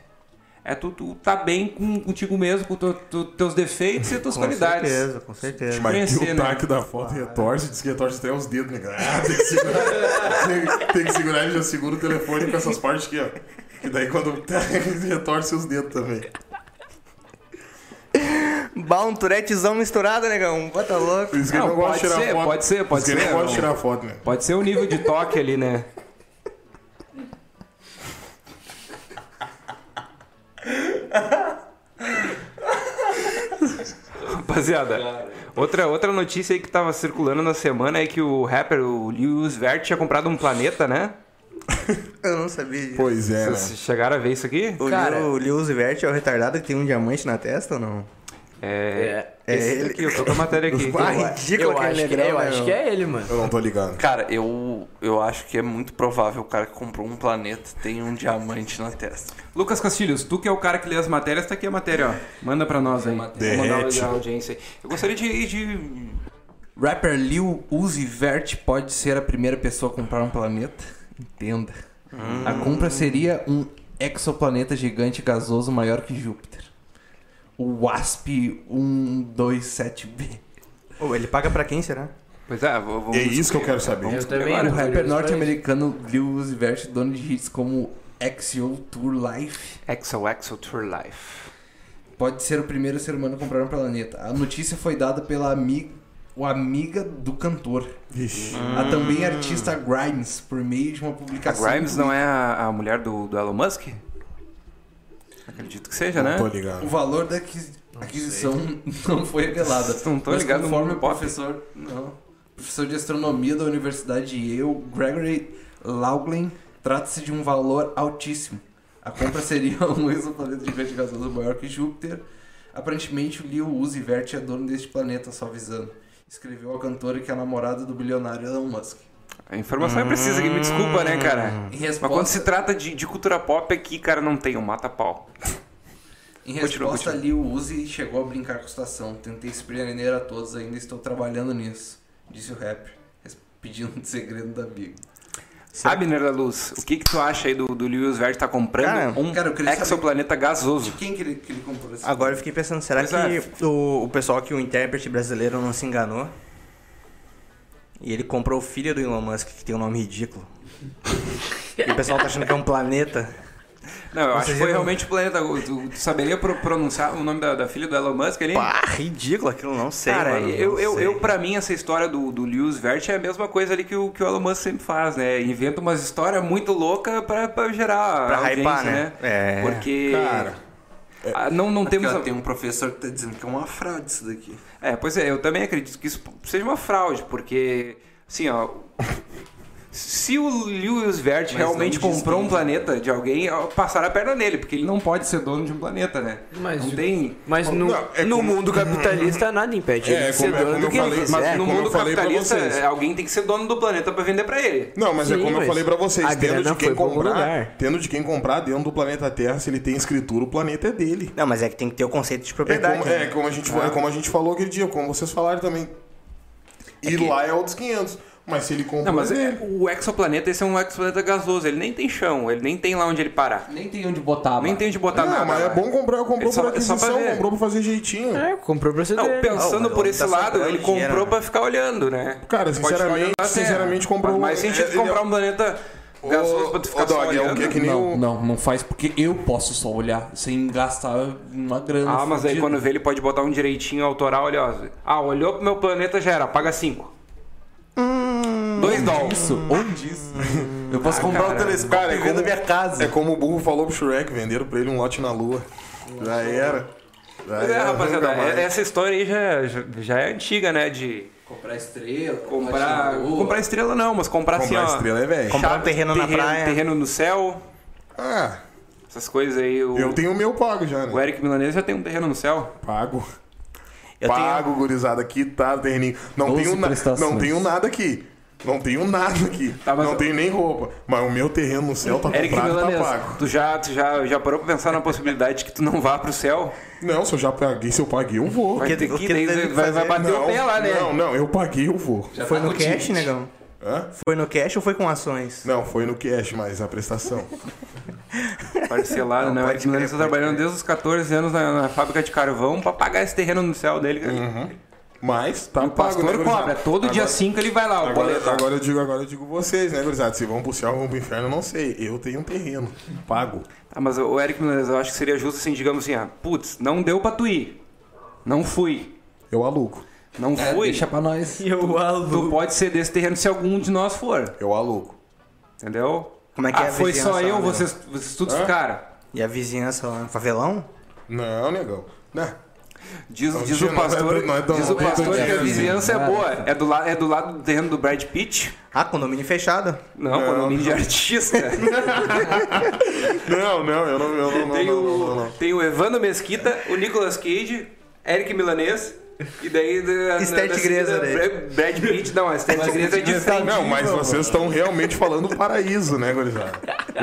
A: é tu, tu tá bem com, contigo mesmo, com tu- tu- teus defeitos e tuas
B: Com
A: qualidades.
B: certeza, com certeza.
C: Mas que
A: Conhecer,
C: o
A: né?
C: taque da foto retorce, diz que retorce até os dedos, né, cara? Ah, tem que segurar. tem, tem que segurar, ele já segura o telefone com essas partes aqui, ó. Que daí quando retorce os dedos também.
B: Bah, um turetezão misturado, negão. Bota tá louco.
C: Por isso que
A: Não,
C: ele não gosta de
A: pode
C: tirar
A: ser,
C: foto.
A: pode ser,
C: Por
A: pode
C: isso que ele
A: ser,
C: não gosta de
A: não.
C: tirar foto, né?
A: Pode ser o nível de toque ali, né? Rapaziada, outra, outra notícia aí que tava circulando na semana é que o rapper, o Lewis Vert, tinha comprado um planeta, né?
B: Eu não sabia disso.
C: Pois é, né?
A: Vocês chegaram a ver isso aqui?
B: O
D: Cara-
B: Liu, o Liu Zivert é o retardado que tem um diamante na testa ou não?
A: É.
B: É
A: esse
B: ele.
A: daqui, eu tô com a matéria aqui.
B: Vai. Ah, ridículo
D: eu
B: aquele
D: acho que,
B: negrão,
D: Eu
B: né,
D: acho
B: meu?
D: que é ele, mano.
C: Eu não tô ligado.
E: Cara, eu, eu acho que é muito provável o cara que comprou um planeta tem um diamante na testa.
A: Lucas Castilhos, tu que é o cara que lê as matérias, tá aqui a matéria, ó. Manda pra nós aí. Vou mandar
C: Derrete.
A: pra audiência aí. Eu gostaria de- de
E: Rapper Lil Uzi Vert pode ser a primeira pessoa a comprar um planeta? Entenda. A
A: Hum.
E: compra seria um exoplaneta gigante gasoso maior que Júpiter. O WASP 127b.
B: Ô, ele paga pra quem, será?
A: Pois é, vou, vou
C: É isso que eu quero saber.
D: Eu também.
E: O
D: tô
E: rapper
D: curioso
C: é
D: pra
E: norte-americano Lil Uzi Vert, dono de hits como XO Tour Life,
A: Exo Exo Tour Life.
E: pode ser o primeiro ser humano a comprar um planeta. A notícia foi dada pela ami- o amiga do cantor.
C: Ixi.
A: Hum.
E: A também artista Grimes, por meio de uma
A: A
C: assim.
E: publicação.
A: Grimes não é a, a mulher do, do Elon Musk? Acredito que seja, né?
C: Não tô ligado.
E: O valor da aquisi- aquisição não foi revelado.
A: Não tô
E: mas
A: ligado no
E: Conforme
A: mundo
E: o
A: pop.
E: professor, não, professor de astronomia da Universidade de Yale, Gregory Laughlin, trata-se de um valor altíssimo. A compra seria um exoplaneta gigante gasoso maior que Júpiter. Aparentemente, o Leo Uzi Vert é dono deste planeta, só avisando. Escreveu a cantora que é a namorada do bilionário é Elon Musk.
A: A informação é precisa, que me desculpa, né, cara?
E: Em
A: Mas quando
E: resposta,
A: se trata de, de cultura pop aqui, cara, não tem um mata-pau.
E: Em
A: Continua,
E: resposta,
A: continua.
E: ali o Uzi chegou a brincar com a situação. Tentei surpreender a todos, ainda estou trabalhando nisso, disse o rapper, res- pedindo o segredo da Big.
A: Abner da Luz, o que que tu acha aí do, do Lewis Verde tá comprando
B: Cara,
A: um
E: cara, eu queria saber-
A: exoplaneta
E: De
A: gasoso?
E: quem que ele, que ele comprou esse
B: Agora eu fiquei pensando, será
A: Pois
B: que o, o pessoal que o intérprete brasileiro não se enganou? E ele comprou o filho do Elon Musk, que tem um nome ridículo. e o pessoal tá achando que é um planeta.
A: Não, eu acho que foi
B: viram?
A: realmente o planeta. Tu, tu saberia pro- pronunciar o nome da, da filha do Elon Musk ali?
B: Pá, ridículo aquilo, não sei,
A: Cara,
B: mano,
A: eu,
B: não
A: eu,
B: sei.
A: eu, pra mim, essa história do, do Lewis Vert é a mesma coisa ali que o, que o Elon Musk sempre faz, né? Inventa umas histórias muito loucas pra, pra gerar
B: Pra
A: audiência,
B: hypar, né? É.
A: Porque...
C: Cara,
A: Ah, não, não
E: Aqui,
A: temos...
E: ó,
A: a-
E: tem um professor que tá dizendo que é uma fraude isso daqui.
A: É, pois é, eu também acredito que isso seja uma fraude, porque, assim, ó... Se o Lewis Vert
E: Mas
A: realmente
E: não diz
A: comprou um
E: quem.
A: planeta de alguém, ó, passaram a perna nele, porque ele não pode ser dono de um planeta, né?
D: Mas
A: não
D: de-
A: tem...
D: Mas no,
C: Não, é
D: no
C: como-
D: mundo capitalista nada impede
C: É,
D: ele de ser
C: como- é
A: né?
D: dono
C: como
D: do
C: eu
D: que ele
C: falei,
A: Mas
D: quiser.
A: no
C: como eu
A: mundo
C: falei pra
A: capitalista,
C: vocês.
A: alguém tem que ser dono do planeta pra vender pra ele.
C: Não, mas é
D: Sim,
C: como eu
D: mas
C: falei pra vocês,
D: a
C: tendo
D: grana
C: de quem
D: foi pro
C: comprar,
D: lugar.
C: tendo de quem comprar dentro do planeta Terra, se ele tem escritura, o planeta é dele.
B: Não, mas é que tem que ter o conceito de
C: É
B: propriedade.
C: como,
B: né?
C: é como a gente,
A: Ah.
C: é como a gente falou aquele dia, como vocês falaram também. E lá é outros 500. Mas se ele comprou,
A: Não, mas
C: é
A: é,
C: dele.
A: o exoplaneta, esse é um exoplaneta gasoso. Ele nem tem chão, ele nem tem lá onde ele parar.
E: Nem tem onde botar,
A: Nem tem onde botar
C: não,
A: nada.
C: mas é
A: lá.
C: bom comprar, comprou
A: Ele só-
C: por
A: é só pra
C: aquisição,
A: ver.
C: comprou pra fazer jeitinho.
D: É, comprou pra você
A: Não,
D: dele.
A: pensando
B: Não, mas
A: por
B: ele
A: esse
B: tá
A: lado,
B: sobrando
A: ele
B: dinheiro,
A: comprou
B: né?
A: pra ficar olhando, né?
C: Cara,
A: Pode ficar
C: sinceramente,
A: olhando na Terra.
C: sinceramente comprou
A: Mas mais
C: um-
A: sentido
C: ele-
A: comprar um planeta
C: Ô,
A: gasoso pra tu ficar
C: ô,
A: só
C: Dog, é o
A: olhando.
C: que, é que nem o...
E: não, não faz porque eu posso só olhar sem gastar uma grana.
A: Ah, mas aí
E: fodida.
A: quando vê, ele pode botar um direitinho autoral, olha, ó. Ah, olhou pro meu planeta, já era, paga 5.
C: Hum, é
A: Dois dólares.
E: Isso, onde isso? Eu posso comprar o telescópio
C: Cara, é
E: e ver
C: como-
E: da minha casa.
C: É como o burro falou pro Shrek, venderam pra ele um lote na lua. Já era. Já
A: Pois é,
C: era,
A: rapaziada,
C: nunca mais.
A: é- essa história aí já, já, já é antiga, né? De
E: Comprar estrela,
A: comprar.
E: chinelo.
A: Comprar estrela não, mas comprar,
C: Comprar
A: assim, ó.
C: estrela é velho.
B: Comprar um terreno na praia.
A: Terreno no céu,
C: Ah,
A: essas coisas aí. O,
C: eu tenho o meu pago já,
A: o
C: né?
A: Eric Milanese já tem um terreno no céu.
C: Pago.
B: Eu
C: pago, gurizada, aqui tá, terninho. Não
E: 12
C: tenho, na- não
E: prestações.
C: tenho nada aqui. Não tenho nada aqui.
A: Tá, mas-
C: não tenho nem roupa. Mas o meu terreno no céu tá
A: Eric
C: comprado, tá
A: Milanese,
C: pago.
A: tu, já, tu já, já parou pra pensar na possibilidade que tu não vá pro céu?
C: Não, se eu já paguei, se eu paguei, eu vou.
A: Vai
B: que-
A: ter
B: o
A: que,
B: que
A: daí
B: deve
A: vai, vai
B: fazer?
A: bater
C: não,
A: o pé lá, né?
C: Não, não, eu paguei, eu vou.
B: tenho... Foi no cash, negão?
C: Hã?
B: Foi no cash ou foi com ações?
C: Não, foi no cash, mas a prestação.
A: Parcelado, né? O Eric Milanese tá trabalhando desde os 14 anos na, na fábrica de carvão pra pagar esse terreno no céu dele. cara.
C: Mas tá
A: O
C: pago, né,
A: pastor
C: gurizada?
A: cobra, É todo dia 5 ele vai lá, o
C: Agora, tá.
A: boletão.
C: agora eu digo, agora eu digo vocês, né, gurizada? Se vão pro céu ou vão pro inferno, eu não sei. Eu tenho um terreno. Pago.
A: Ah, mas o Eric Milanese, eu acho que seria justo assim, digamos assim, ah, putz, não deu pra tu ir. Não fui.
C: Eu alugo.
A: Não
E: É,
A: fui.
E: deixa pra nós.
B: Eu
A: Tu
B: aluno.
A: pode ceder esse terreno se algum de nós for.
C: Eu alugo.
A: Entendeu?
B: Como é que
A: ah,
B: é a
A: foi só
B: vizinhança
A: eu,
B: lá, né?
A: vocês, vocês todos ficaram.
B: E a vizinhança lá no favelão?
C: Não, negão. Né? Não.
A: Diz,
C: Não
A: diz
C: tinha,
A: o
C: não é
A: pastor,
C: do- não é do-
A: diz o
C: não é do
A: pastor que a
C: vizinho.
A: vizinhança é
E: Ah,
A: boa. É do, la, é do lado do terreno do Brad Pitt?
B: Ah, condomínio fechado.
A: Não, condomínio de artista.
C: Não, não, eu não, eu não, não,
A: tem,
C: não, não,
A: o,
C: não, não.
A: tem o Evandro Mesquita, o Nicolas Cage, Eric Milanês. E daí. da-
B: Esther
A: da- da
B: Tigresa,
A: seguida,
B: daí.
A: Brad- Brad Pitt, não, a Esther Tigresa é distante.
C: Não, mas vocês estão realmente falando do paraíso, né, gurizada?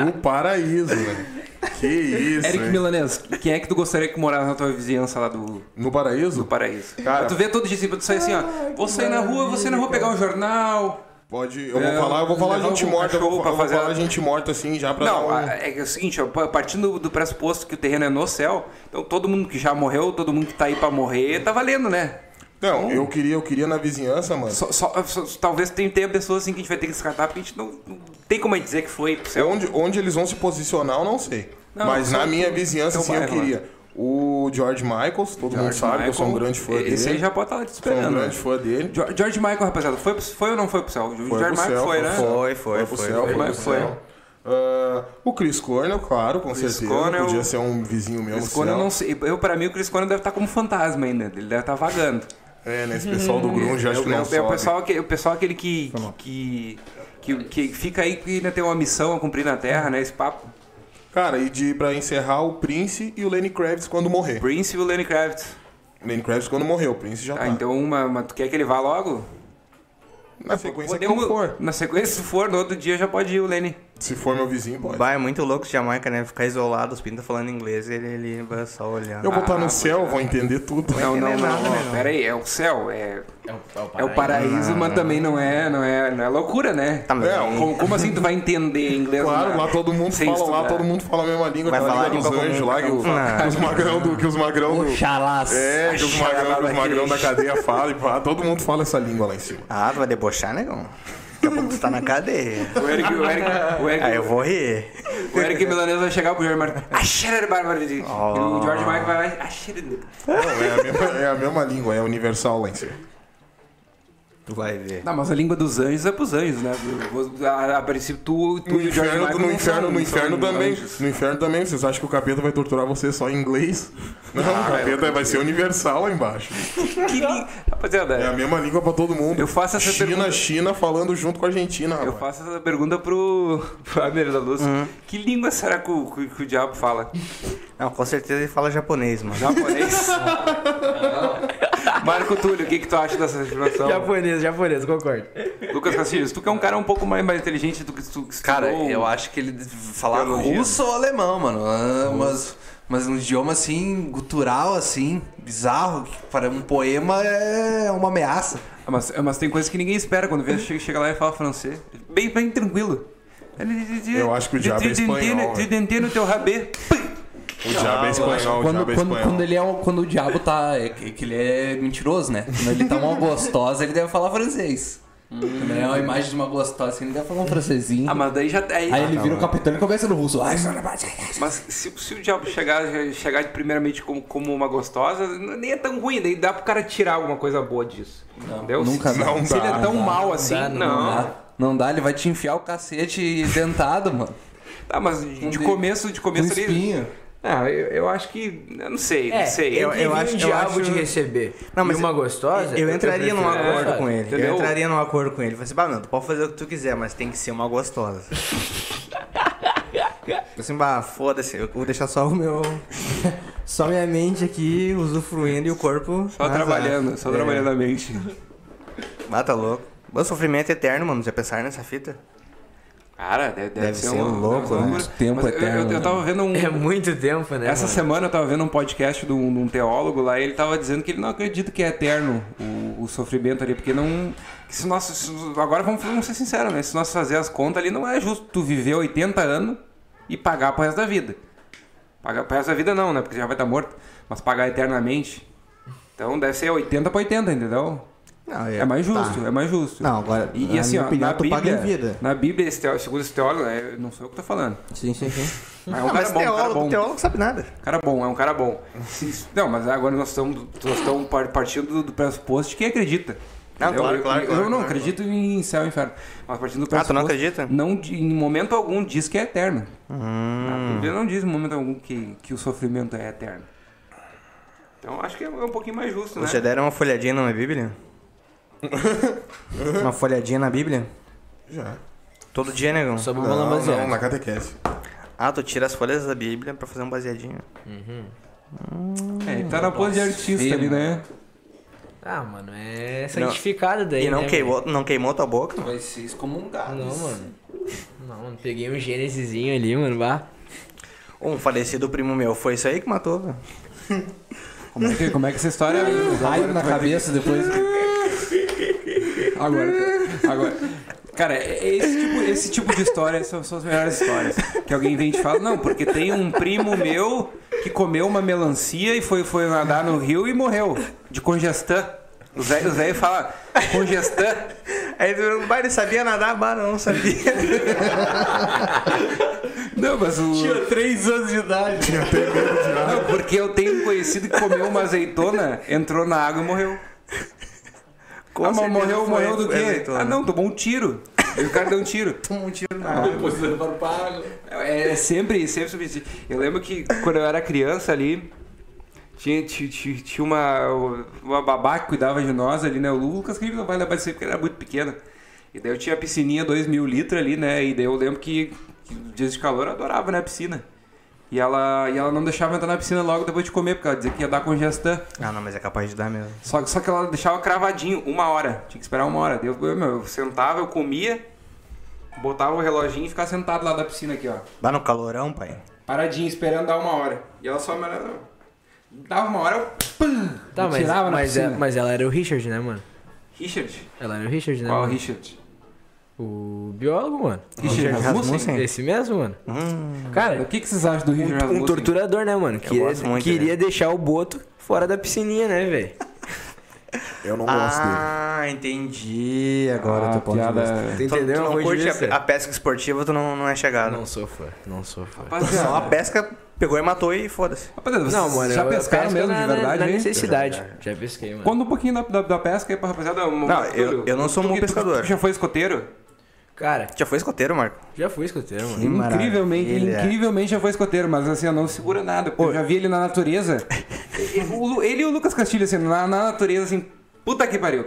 C: O paraíso, né? Que isso,
A: Eric
C: hein?
A: Milanês, quem é que tu gostaria que morasse na tua vizinhança lá do,
C: No paraíso?
A: do paraíso?
C: Cara-
A: tu vê todo dia assim, tu sai assim, ó. Vou sair na rua, vou sair na rua pegar um jornal.
C: Pode, eu
A: É,
C: vou falar, eu vou falar
A: levar
C: gente
A: o
C: morta, eu vou,
A: cachorro pra
C: eu vou
A: fazer
C: falar
A: a-
C: gente morta assim já pra
A: Não,
C: dar um...
A: a- é que é o seguinte, ó, pa- partindo do pressuposto que o terreno é no céu, então todo mundo que já morreu, todo mundo que tá aí pra morrer, tá valendo, né?
C: Não, eu queria, eu queria na vizinhança, mano.
A: Só- só- só- talvez tenha, tenha pessoas assim que a gente vai ter que descartar, porque a gente não, não tem como a gente dizer que foi pro céu.
C: É Onde, onde eles vão se posicionar, eu não sei.
A: Não,
C: Mas
A: só
C: na
A: tu-
C: minha vizinhança,
A: teu
C: sim, eu
A: bairro, né?
C: queria. O George Michaels, todo mundo
A: George
C: sabe que eu sou um
A: Michael,
C: grande fã dele.
A: Esse aí já pode estar lá te
C: Sou um
A: esperando. né?
C: grande fã dele.
A: George, George Michael, rapaziada, foi, pro- foi ou não foi pro céu? O George
C: Foi pro
A: Michael
C: céu,
A: foi, né?
C: foi.
B: Foi, foi,
C: pro
B: foi.
C: céu,
A: foi,
C: foi pro
A: foi.
C: céu. Ah, o Chris Cornell, claro, com
A: Chris
C: certeza.
A: Cornell-
C: Podia ser um vizinho meu
A: Chris
C: no
A: Cornell,
C: céu.
A: eu não sei. Eu, pra mim, o Chris Cornell deve estar como fantasma ainda. Ele deve estar vagando.
C: É, né? Esse pessoal do Grunge,
A: É
C: acho
A: o-
C: que
A: é
C: não
A: o- é o
C: sobe.
A: pessoal, que, o pessoal aquele que, que, que, que fica aí que ainda tem uma missão a cumprir na Terra, né? Esse papo.
C: Cara, e de, pra encerrar, o Prince e o Lenny Kravitz quando morrer.
A: Prince e o Lenny Kravitz.
C: Lenny Kravitz quando morreu, o Prince já tá.
A: Ah, então uma, uma- tu quer que ele vá logo?
C: Na sequência,
A: Podemos-
C: como é um for.
A: Na sequência, se for, no outro dia já pode ir o Lenny.
C: Se for meu vizinho, pode.
B: Vai, é muito louco de Jamaica, né? Ficar isolado, os pintos falando inglês, ele, ele vai só olhar.
C: Eu vou
A: Ah,
C: estar no céu,
A: é.
C: vou entender tudo.
A: Não, não,
B: entender
A: não,
B: nada,
A: não.
B: né, não.
A: Pera aí, é o céu, é,
E: É o,
A: é o paraíso, mas também não é, não é, não é loucura, né?
B: Tá, mas
C: É,
B: aí-
A: Como, como assim tu vai entender inglês?
C: Claro,
A: né?
C: lá todo mundo
A: Sem
C: fala,
A: estudar.
C: lá todo mundo fala a mesma língua,
B: Vai
C: que a
B: falar
C: língua
B: língua
C: dos
B: comum,
C: anjos lá, que, o-
B: não.
C: que os magrão do. Que os magrão do
E: Xalás.
C: é, que os magrão, que os magrão da cadeia falam e pá, todo mundo fala essa língua lá em cima.
B: Ah, vai debochar, negão? Daqui a pouco tu tá na cadeia.
A: O Eric, o Eric, o Eric,
B: Aí Ah, eu vou rir.
A: o Eric Milanese vai chegar pro Jorge Ah, Martin. A Scherer Bárbara de. E o George Michael vai lá. ah, A Scherer.
C: Não, é a mesma, é a mesma língua, é universal lá em cima.
B: Tu vai ver.
A: Não, mas a língua dos anjos é pros anjos, né? A, a princípio, tu, tu
C: No
A: e o George
C: inferno,
A: Michael.
C: no
A: não
C: inferno,
A: são-
C: no
A: não são
C: inferno também.
A: anjos.
C: No inferno também, vocês acham que o capeta vai torturar você só em inglês? Não, o capeta vai ser universal lá embaixo.
A: Que li- Rapaziada,
C: É a mesma língua pra todo mundo.
A: Eu faço essa
C: China,
A: pergunta.
C: China falando junto com a Argentina,
A: eu
C: rapaz.
A: faço essa pergunta pro, pro Amir da Luz.
C: Uhum.
A: Que língua será que o, que, que o diabo fala?
B: Não, com certeza ele fala japonês, mano.
A: Japonês? Marco Túlio, o que, que tu acha dessa
B: Então,
A: afirmação?
D: Japonês, japonês, concordo.
A: Lucas Castilhos, tu que é um cara um pouco mais, mais inteligente do que tu que
E: Cara,
A: estudou-
E: eu acho que ele falava
A: Teologia.
E: russo ou alemão, mano. Ah, Mas, mas um idioma assim, gutural, assim, bizarro, que para um poema é uma ameaça.
A: Ah, Mas, ah, mas tem coisa que ninguém espera quando vê, chega, chega lá e fala francês. Bem, bem tranquilo.
C: Eu acho que o diabo é espanhol,
A: De
C: né?
A: dentei no teu rabê.
C: O diabo é espanhol, o
E: Quando,
C: diabo é
E: quando,
C: espanhol.
E: quando ele é um- quando o diabo tá. É, que que ele é mentiroso, né? Quando ele tá uma gostosa, ele deve falar francês. Quando ele é uma imagem de uma gostosa, assim, ele deve falar um francesinho.
A: Ah, mas daí já. Aí,
E: Aí ele
C: Ah,
E: vira o
C: tá,
E: capitão e começa no russo. Ai,
A: Mas se, se o diabo chegar, chegar de primeiramente como, como uma gostosa, n- nem é tão ruim, daí dá pro cara tirar alguma coisa boa disso. Entendeu?
E: nunca
A: se,
E: dá.
A: se ele é tão
E: Não dá,
A: mal
E: Ah, não
A: assim,
E: dá,
A: não.
E: dá. Não dá, ele vai te enfiar o cacete dentado, mano.
A: Tá, mas de
E: dei-
A: começo, de
E: Com
A: começo ali.
E: espinho.
A: Não, eu, eu acho que. Eu não sei, não sei.
B: É, eu-
D: eu, eu acho
B: eu
D: um diabo
B: acho-
D: de receber
B: Não, mas
D: e uma
B: eu-
D: gostosa.
A: é,
B: Eu entraria num
D: prefiro
B: acordo
D: essa,
B: com ele.
A: entendeu?
B: Eu entraria num acordo com ele. Falei assim, bah, meu, tu pode fazer o que tu quiser, mas tem que ser uma gostosa. Falei assim, bah, foda-se, eu vou deixar só o meu. Só minha mente aqui usufruindo e o corpo.
A: Só
B: azar.
A: trabalhando, só
B: É.
A: trabalhando a mente.
B: Ah, tá louco. Meu sofrimento é eterno, mano. Já pensaram nessa fita?
A: Cara, deve, deve
B: Deve
A: ser, um
B: ser
A: uma-
B: louco,
A: deve ser uma
B: né?
A: loucura.
E: Esse tempo
A: Mas eu- eu,
E: eterno,
A: eu
E: né?
A: tava vendo um.
D: É muito tempo, né?
A: Essa
D: mano?
A: semana eu tava vendo um podcast de um, de um teólogo lá e ele tava dizendo que ele não acredita que é eterno o, o sofrimento ali, porque não. que se nós. se- agora vamos, vamos ser sinceros, né? Se nós fazer as contas ali, não é justo tu viver 80 anos e pagar pro resto da vida. Pagar pro resto da vida não, né? Porque já vai estar morto. Mas pagar eternamente. Então deve ser 80 pra 80, entendeu?
F: Não,
A: É mais justo,
F: tá.
A: é mais justo.
F: Não, agora,
A: E, e
F: na
A: assim,
F: minha
A: ó,
F: opinião,
A: na
F: tu
A: Bíblia,
F: paga em vida.
A: Na Bíblia, esse teó- segundo esse teólogo, né, não sou eu que tô falando.
F: Sim, sim, sim.
A: Mas é um
B: Ah,
A: cara
B: mas
A: bom, um cara
B: teólogo,
A: bom.
B: teólogo sabe nada.
A: Cara bom, é um cara bom. Se- Não, mas agora nós estamos, nós estamos par- partindo do- do pressuposto de quem acredita.
B: Não,
A: Entendeu?
B: claro,
A: eu,
B: claro,
A: eu
B: claro,
A: não
B: claro.
A: acredito em céu e inferno. Mas partindo do
B: Ah,
A: pressuposto.
B: tu não acredita? Hum.
A: Não, di- em momento algum diz que é eterno. A Bíblia não diz em momento algum que, que o sofrimento é eterno. Então acho que é um pouquinho mais justo, né?
B: Vocês já deram uma folhadinha na minha Bíblia? uma folhadinha na Bíblia?
C: Já.
B: Todo dia, negão.
D: Só pra falar
C: Não,
D: baseado.
C: não, na catequese.
B: Ah, tu tira as folhas da Bíblia pra fazer um baseadinho.
A: É, ele tá na pose de artista ali, né?
D: Ah, mano, é santificado daí.
B: E não
D: né,
B: queimou, não queimou tua boca?
E: Vai ser excomungado.
D: mano? Não, mano. Não, mano, peguei um Gênesiszinho ali, mano. Bah.
B: Um falecido primo meu, foi isso aí que matou, velho.
A: Como é que, como é que essa história.
E: Raio Tá na cabeça depois.
A: Agora, agora. Cara, é- é esse tipo, esse tipo de história são, são as melhores histórias. Que alguém vem e te fala, não, porque tem um primo meu que comeu uma melancia e foi, foi nadar no rio e morreu. De congestão. O Zé, o Zé fala, congestão.
B: Aí tu não ele sabia nadar, bah, não sabia.
A: Não, mas o.
E: Três anos de idade.
A: Não, porque eu tenho um conhecido que comeu uma azeitona, entrou na água e morreu.
B: Com
A: ah, mas
B: certeza
A: morreu,
B: foi
A: morreu do quê?
B: azeitona.
A: Ah, não, tomou um tiro. E o cara deu um tiro.
E: Ah, Depois levaram pra água.
A: É, é sempre, sempre subsídio. Eu lembro que quando eu era criança ali, tinha, ti- ti- tinha uma, uma babá que cuidava de nós ali, né? O Lucas que não vai lembrar disso aí porque ele era muito pequeno. E daí eu tinha a piscininha 2 mil litros ali, né? E daí eu lembro que, que dias de calor eu adorava, né? A piscina. E ela, e ela não deixava entrar na piscina logo depois de comer, porque ela dizia que ia dar congestão.
B: Ah, não, mas é capaz de dar mesmo.
A: Só, só que ela deixava cravadinho, uma hora. Tinha que esperar uma hora. Daí Eu, eu, meu, eu sentava, eu comia, botava o reloginho e ficava sentado lá da piscina aqui, ó
B: Dá no calorão, pai.
A: paradinha esperando dar uma hora. E ela só me olhava. Dava uma hora, eu pum,
D: Tá,
A: me
D: mas,
A: tirava na
D: mas,
A: piscina.
D: é- mas ela era o Richard, né, mano?
A: Richard?
D: Ela era o Richard, né?
A: Qual
D: mano?
A: Richard?
D: O biólogo, mano.
A: Richard É Rasmussen?
B: Sim. Hum.
D: Esse mesmo, mano.
A: O
D: Cara,
A: que, que vocês acham do Richard
D: um,
A: Rasmussen?
D: um torturador, né, mano? Queria,
B: gosto muito né?
D: queria
B: dele.
D: deixar o Boto fora da piscininha, né, velho?
C: Eu não gosto dele.
B: Ah, entendi. Agora
A: Ah,
B: tu pode
A: piada.
D: Tu
B: Tu, tu
D: entendeu?
B: não
D: Onde
B: curte
D: isso é?
B: a, a pesca esportiva, tu não, não é chegado.
D: Ah, Não sou fã, não sou fã.
B: Só
A: Rapaziada,
B: a pesca pegou e matou e foda-se.
A: rapaziada, vocês
D: Não, mano,
A: já
D: eu- eu
A: pescaram
D: pesco
A: mesmo,
D: na,
A: de
D: na-
A: verdade,
D: na
A: hein?
D: necessidade. É Já pesquei, mano.
A: Conta um pouquinho da, da, da pesca aí pra rapaziada. é
B: Não, eu- eu não sou um bom pescador.
A: Tu já foi escoteiro?
D: Cara,
B: Já foi escoteiro, Marco?
D: já fui escoteiro, mano.
B: maravilha.
A: incrivelmente,
B: Ele é.
A: incrivelmente já foi escoteiro, mas assim, eu não segura nada, porque eu já vi ele na natureza. O Lu- ele e o Lucas Castilho, assim, na, na natureza, assim, puta que pariu.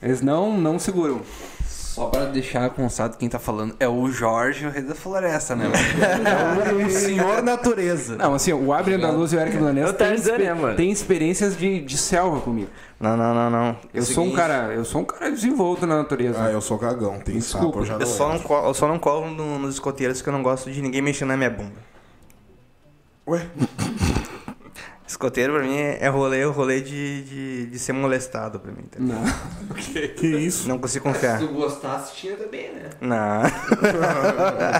A: Eles não, não seguram.
E: Só pra deixar constado quem tá falando é o Jorge, o rei da floresta, né, mano?
A: O senhor natureza. Não, assim, o Abner da Luz e o Eric
D: É
A: Blanes
D: o
A: têm
D: Tarzan,
A: expe-
D: né, mano?
A: têm experiências de, de selva comigo.
B: Não, não, não, não.
A: Eu sou um cara, eu sou um cara desenvolto na natureza.
C: Ah, eu sou cagão, tem sapo, eu já não.
B: Eu só
C: entro.
B: não, colo, eu só não colo no- nos escoteiros que eu não gosto de ninguém mexendo na minha bunda.
C: Ué?
B: Escoteiro pra mim é é rolê, o rolê de, de, de ser molestado pra mim. entendeu?
A: Não.
C: Que isso?
B: Não consigo confiar.
E: Se tu gostasse, tinha também, né?
B: Não.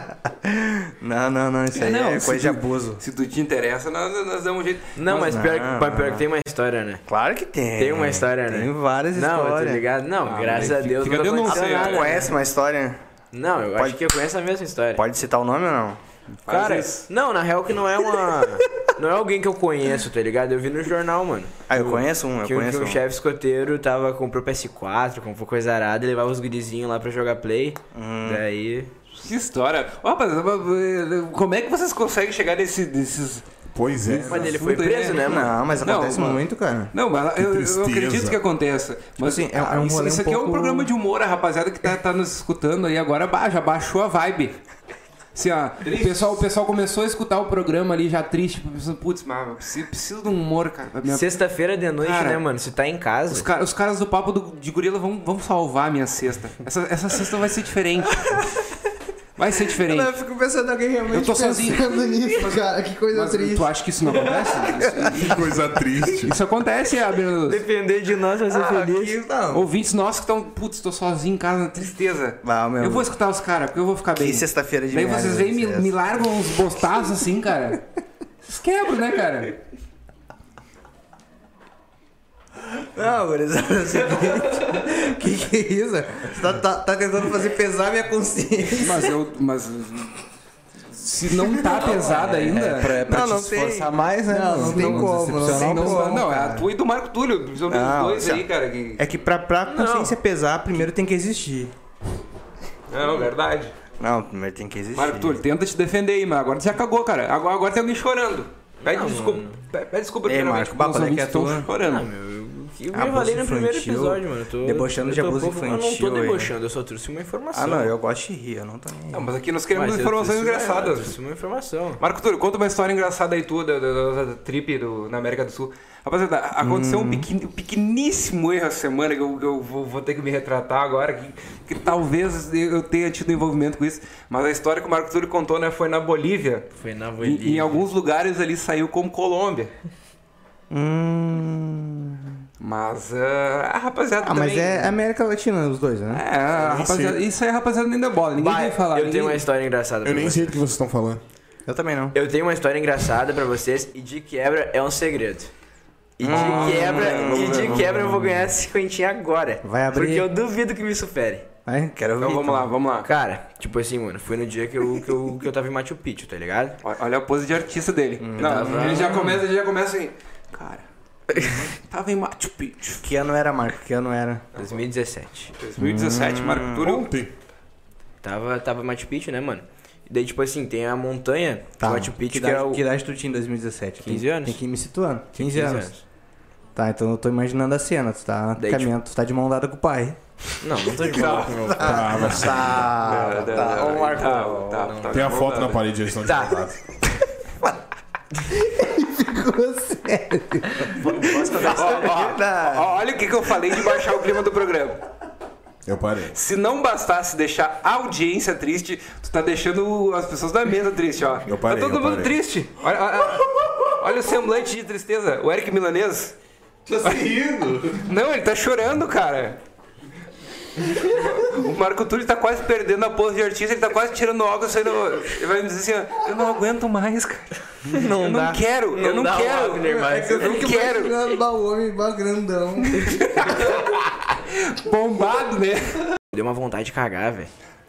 B: não, não, não, isso aí
A: Não,
B: é
A: se
B: coisa de
A: tu-
B: abuso.
A: Ah, Se tu te interessa, nós, nós damos um jeito.
D: Não, mas, pior, que-
B: não,
D: mas pior que tem uma história, né?
B: Claro que tem.
D: Ah.
A: É,
D: Tem uma história, né?
B: Tem várias
D: Não, eu tô
B: histórias.
D: ligado. Não, graças a
A: fica-
D: Deus
A: Ah, fica
D: não
A: denúncia
D: aconteceu
A: aí,
D: nada.
A: né?
D: né?
B: Conhece uma história?
D: Não, eu acho que eu conheço a mesma história.
B: Pode citar o nome ou não?
A: Faz
D: Cara,
A: isso.
D: não, na real que não é uma... não é alguém que eu conheço, tá ligado? Eu vi no jornal, mano.
B: Ah, eu conheço um, eu
D: que, um-
B: conheço
D: que
B: um.
D: um chefe escoteiro tava, comprou PS4, comprou coisa arada, e levava os gurizinhos lá pra jogar play. Daí...
A: que história. Ó, Rapaz, como é que vocês conseguem chegar nesse, nesses
C: Pois é.
D: Mas ele foi
A: assunto aí,
D: preso, né, mano?
B: Não, mas
A: Não,
B: acontece
A: mano.
B: muito, cara.
A: Não, mas eu, eu
C: tristeza.
A: acredito que aconteça. Mas
B: assim, é- é um
A: isso,
B: rolê
A: isso
B: um
A: aqui Tipo é um
B: pouco-
A: programa de humor, a rapaziada que tá, tá nos escutando aí agora ba- já baixou a vibe. Assim, ó, o, pessoal, o pessoal começou a escutar o programa ali já triste, pensando, putz, mas eu preciso, preciso de um humor, cara. pra minha-
D: Sexta-feira de noite,
A: Cara,
D: né, mano? Você tá em casa.
A: Os, cara- os caras do papo do- de gorila vão, vão salvar a minha sexta. Essa, essa sexta vai ser diferente. Vai ser diferente.
F: Eu fico pensando alguém
B: é
F: realmente
A: Eu tô
F: pensando
A: sozinho.
F: nisso, cara. Que coisa
A: Mas
F: triste.
A: tu acha que isso não acontece? Isso,
C: Que coisa triste.
A: isso acontece, Abelino.
D: Depender de nós vai ser feliz.
B: Ah, Aqui, não.
A: Ouvintes nossos que estão, putz, tô sozinho em casa, tristeza.
B: Ah, meu.
A: Eu vou escutar os caras, porque eu vou ficar bem.
B: Que né, sexta-feira de
A: Daí
B: merda,
A: vocês vêm e me,
B: essa.
A: me largam uns bostaços assim, cara. Vocês quebram, né, cara?
B: Não, gurizada, é o seguinte. que que é isso? Você tá, tá- tá tentando fazer pesar minha consciência.
A: Mas eu. Mas. Se não tá pesado ainda.
F: É pra
B: Não,
F: te
B: não tem.
F: esforçar mais, né?
B: Não, não
F: mano?
B: tem
F: nos
B: como, não
F: decepcionar
B: tem
F: um
A: não,
F: pouco.
A: não, é a tua e do Marco Túlio, principalmente os
B: Não,
A: dois
B: assim,
A: aí, cara. Que...
B: É que pra, pra consciência pesar, primeiro tem que existir.
A: Não, verdade.
B: Não, primeiro tem que existir.
A: É Marco Túlio, tenta te defender aí, mas agora tu já cagou, cara. Agora, agora tem alguém chorando. Pede desculpa. pe- Pede desculpa
B: Ei,
A: primeiramente,
B: Marco, bah,
A: nossos
B: qual é que é
A: ouvintes
B: a tua?
A: estão chorando.
D: Eu me
B: Abuso
D: valei no primeiro
B: infantil.
D: episódio, mano. Eu tô-
B: Debochando de
D: eu tô
B: abuso
D: pouco-
B: infantil
D: Eu não
B: aí,
D: tô
B: né?
D: debochando, eu só trouxe uma informação.
B: Ah, não, eu gosto de rir, eu não tô nem.
A: Não, mas aqui nós
D: Mas
A: queremos
D: eu
A: informações
D: trouxe uma- Eu
A: engraçadas.
D: trouxe uma informação.
A: Marco Túlio, conta uma história engraçada aí tua da, da- da- da trip do- na América do Sul. Rapaziada, aconteceu um pequen- um pequeníssimo erro essa semana que eu, que eu vou, vou ter que me retratar agora, que, que talvez eu tenha tido envolvimento com isso, mas a história que o Marco Túlio contou né, foi na Bolívia.
D: Foi na
A: E-
D: Bolívia.
A: Em, alguns lugares ele saiu como Colômbia. Mas ah, a rapaziada
B: Hum. Ah, mas
A: também-
B: é América Latina, os dois,
A: É,
B: né?
A: a rapaziada, isso aí é a rapaziada nem dá bola, ninguém
D: Vai,
A: vai falar.
D: eu
A: ninguém-
D: tenho uma história engraçada pra
C: Eu nem
D: vocês.
C: sei do que vocês estão falando.
B: Eu também não.
D: Eu tenho uma história engraçada pra vocês e de quebra é um segredo. E de quebra, e de quebra eu vou ganhar essa cinquentinha agora.
B: Vai abrir.
D: Porque eu duvido que me supere.
B: Ai, quero ouvir.
A: Então vamos lá, vamos lá.
D: Cara, tipo assim, mano, foi no dia que eu, que eu, que eu tava em Machu Picchu, tá ligado?
A: Olha olha a pose de artista dele. não, ele já começa, ele já começa assim. Cara, tava em Machu Picchu.
B: Que ano era, Marco? Que ano era?
D: Tá 2017.
A: 2017, Marco Túlio.
C: Ontem.
D: Tava, tava em Machu Picchu, né, mano? E daí, tipo assim, tem a montanha de Machu Picchu,
B: Tá. que,
D: que, era
B: idade,
D: o...
B: que idade tu tinha em 2017?
D: 15
B: Tem-
D: anos.
B: Tem que ir me situando. 15,
D: 15
B: anos.
D: anos.
B: Tá, então eu tô imaginando a cena. Tu tá
D: Daí,
B: caminhando, tu tá de mão dada com o pai.
D: Não, não tô de bola com meu
B: Ah, mas tá. tá. Ô, Marco.
A: Ah, Tá, tá, tá.
C: Tem a foto na parede, eles estão
D: Tá.
C: desmontados.
A: Ó, ó, Olha o que, que eu falei de baixar o clima do programa.
C: Eu parei.
A: Se não bastasse deixar a audiência triste, tu tá deixando as pessoas da mesa triste, ó.
C: Eu parei,
A: tá todo
C: eu
A: mundo
C: parei.
A: triste. Olha, olha, olha o semblante de tristeza. O Eric Milanês.
F: Tá se rindo.
A: Não, ele tá chorando, cara. O Marco Túlio tá quase perdendo a pose de artista, ele tá quase tirando óculos, saindo. Ele vai me dizer assim, ó, eu não aguento mais, cara. Não eu não quero, eu não
D: dá
A: quero.
D: Wagner mais.
A: eu não quero.
F: Imaginando lá o homem bah, grandão.
A: Bombado, né?
D: Deu uma vontade de cagar, velho.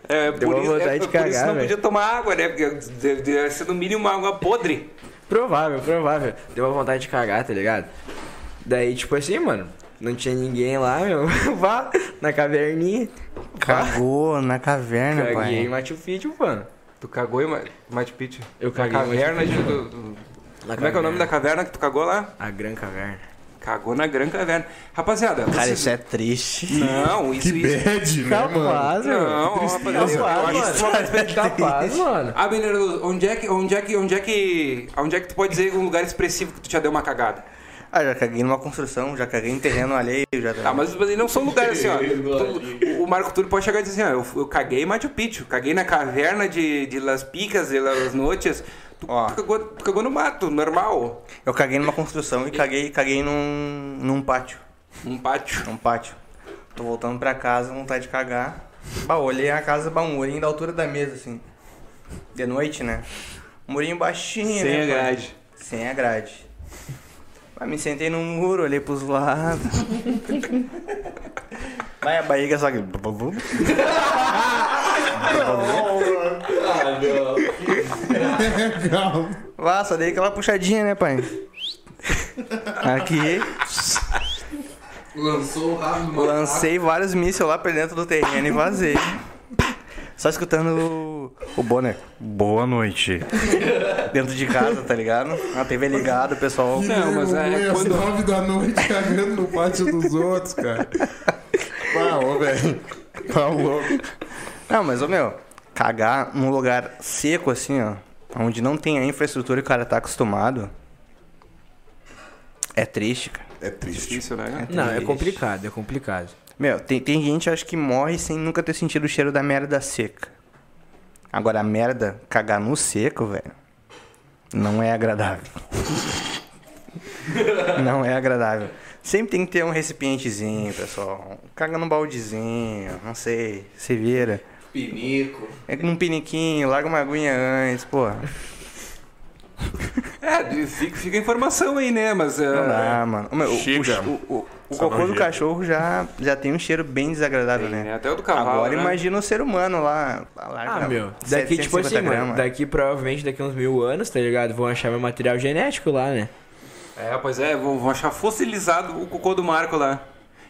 A: É,
D: Deu uma vontade de
A: por
D: cagar,
A: isso não
D: velho.
A: podia tomar água, né? Porque deve deve ser no mínimo uma água podre.
D: Provável, provável. Deu uma vontade de cagar, tá ligado? Daí, tipo assim, mano, não tinha ninguém lá, meu. Vá na caverninha.
B: Cagou na caverna,
D: Caguei em
B: pai.
D: Machu Picchu, mano.
A: Tu cagou em Ma- Machu Picchu?
D: Eu
A: Na
D: caguei em Machu
A: caverna de.
D: Picchu,
A: do- do- Como é que é o nome da caverna que tu cagou lá?
D: A Gran Caverna.
A: Cagou na Gran Caverna. Rapaziada,
B: Cara,
A: vocês-
B: isso é triste.
A: Não, isso,
C: Que
A: isso,
C: bad,
B: Tá
C: né, mano?
A: Não, rapaziada, eu
D: Capaz,
A: acho isso uma perspectiva.
D: Capaz, tá mano.
A: Ah, Benedo, onde é que. Onde é que. Onde é que. Onde é que tu pode dizer um lugar expressivo que tu já deu uma cagada?
B: Ah, já caguei numa construção, já caguei em terreno alheio, já.
A: Tá, mas mas não são lugares assim, ó. Tu- o Marco Túlio pode chegar e dizer assim, ó, eu, eu caguei em Machu Picchu, caguei na caverna de, de Las Picas, de Las Noches. Tu,
B: Ó.
A: tu cagou, tu cagou no mato, normal.
B: Eu caguei numa construção e caguei, caguei num, num pátio.
A: Num Um pátio.
B: Num um pátio. Tô voltando pra casa, vontade de cagar. Bah, olhei a casa, bah, um murinho da altura da mesa, assim. De noite, né? Um murinho baixinho, né?
A: Sem a
B: pai?
A: grade.
B: Sem a grade. Mas me sentei num muro, olhei pros lados. Vai a barriga só que.
C: Legal.
B: Vá, só dei aquela puxadinha, né, pai? Aqui,
F: Lançou o rabo.
B: lancei vários mísseis lá pra dentro do terreno e vazei. Só escutando o, o Bonner. Boa noite. Dentro de casa, tá ligado? A TV ligada, o pessoal.
A: Não, mas é
C: Vergonha,
A: quando-
C: Às nove da noite cagando no pátio dos outros, cara. Pá, ô, velho. Tá louco.
B: Não, mas, ô meu, cagar num lugar seco assim, ó, onde não tem a infraestrutura e o cara tá acostumado. É triste, cara.
C: É triste.
A: Difícil, né?
D: Não, é
B: Triste.
D: complicado, é complicado.
B: Meu, tem, tem gente, acho que morre sem nunca ter sentido o cheiro da merda seca. Agora, a merda, cagar no seco, velho, não é agradável. não é agradável. Sempre tem que ter um recipientezinho, pessoal. Caga num baldezinho, não sei, se vira.
E: Pinico.
B: É num piniquinho, larga uma aguinha antes, porra.
A: É, de- fica, fica a informação aí, né? Mas. eh,
B: Não dá, mano. O, meu, o-
C: Chega.
B: o- o- o
C: Só
B: cocô
C: não
B: do
C: chega.
B: cachorro já, já tem um cheiro bem desagradável,
A: tem, né?
B: né?
A: Até o do cavalo.
B: Agora
A: né?
B: imagina o ser humano lá. larga
D: Ah, meu. Daqui, tipo
B: 750
D: assim, mano,
B: gramas.
D: daqui provavelmente daqui uns mil anos, tá ligado? Vão achar meu material genético lá, né?
A: É, pois é, vão vão achar fossilizado o cocô do Marco lá.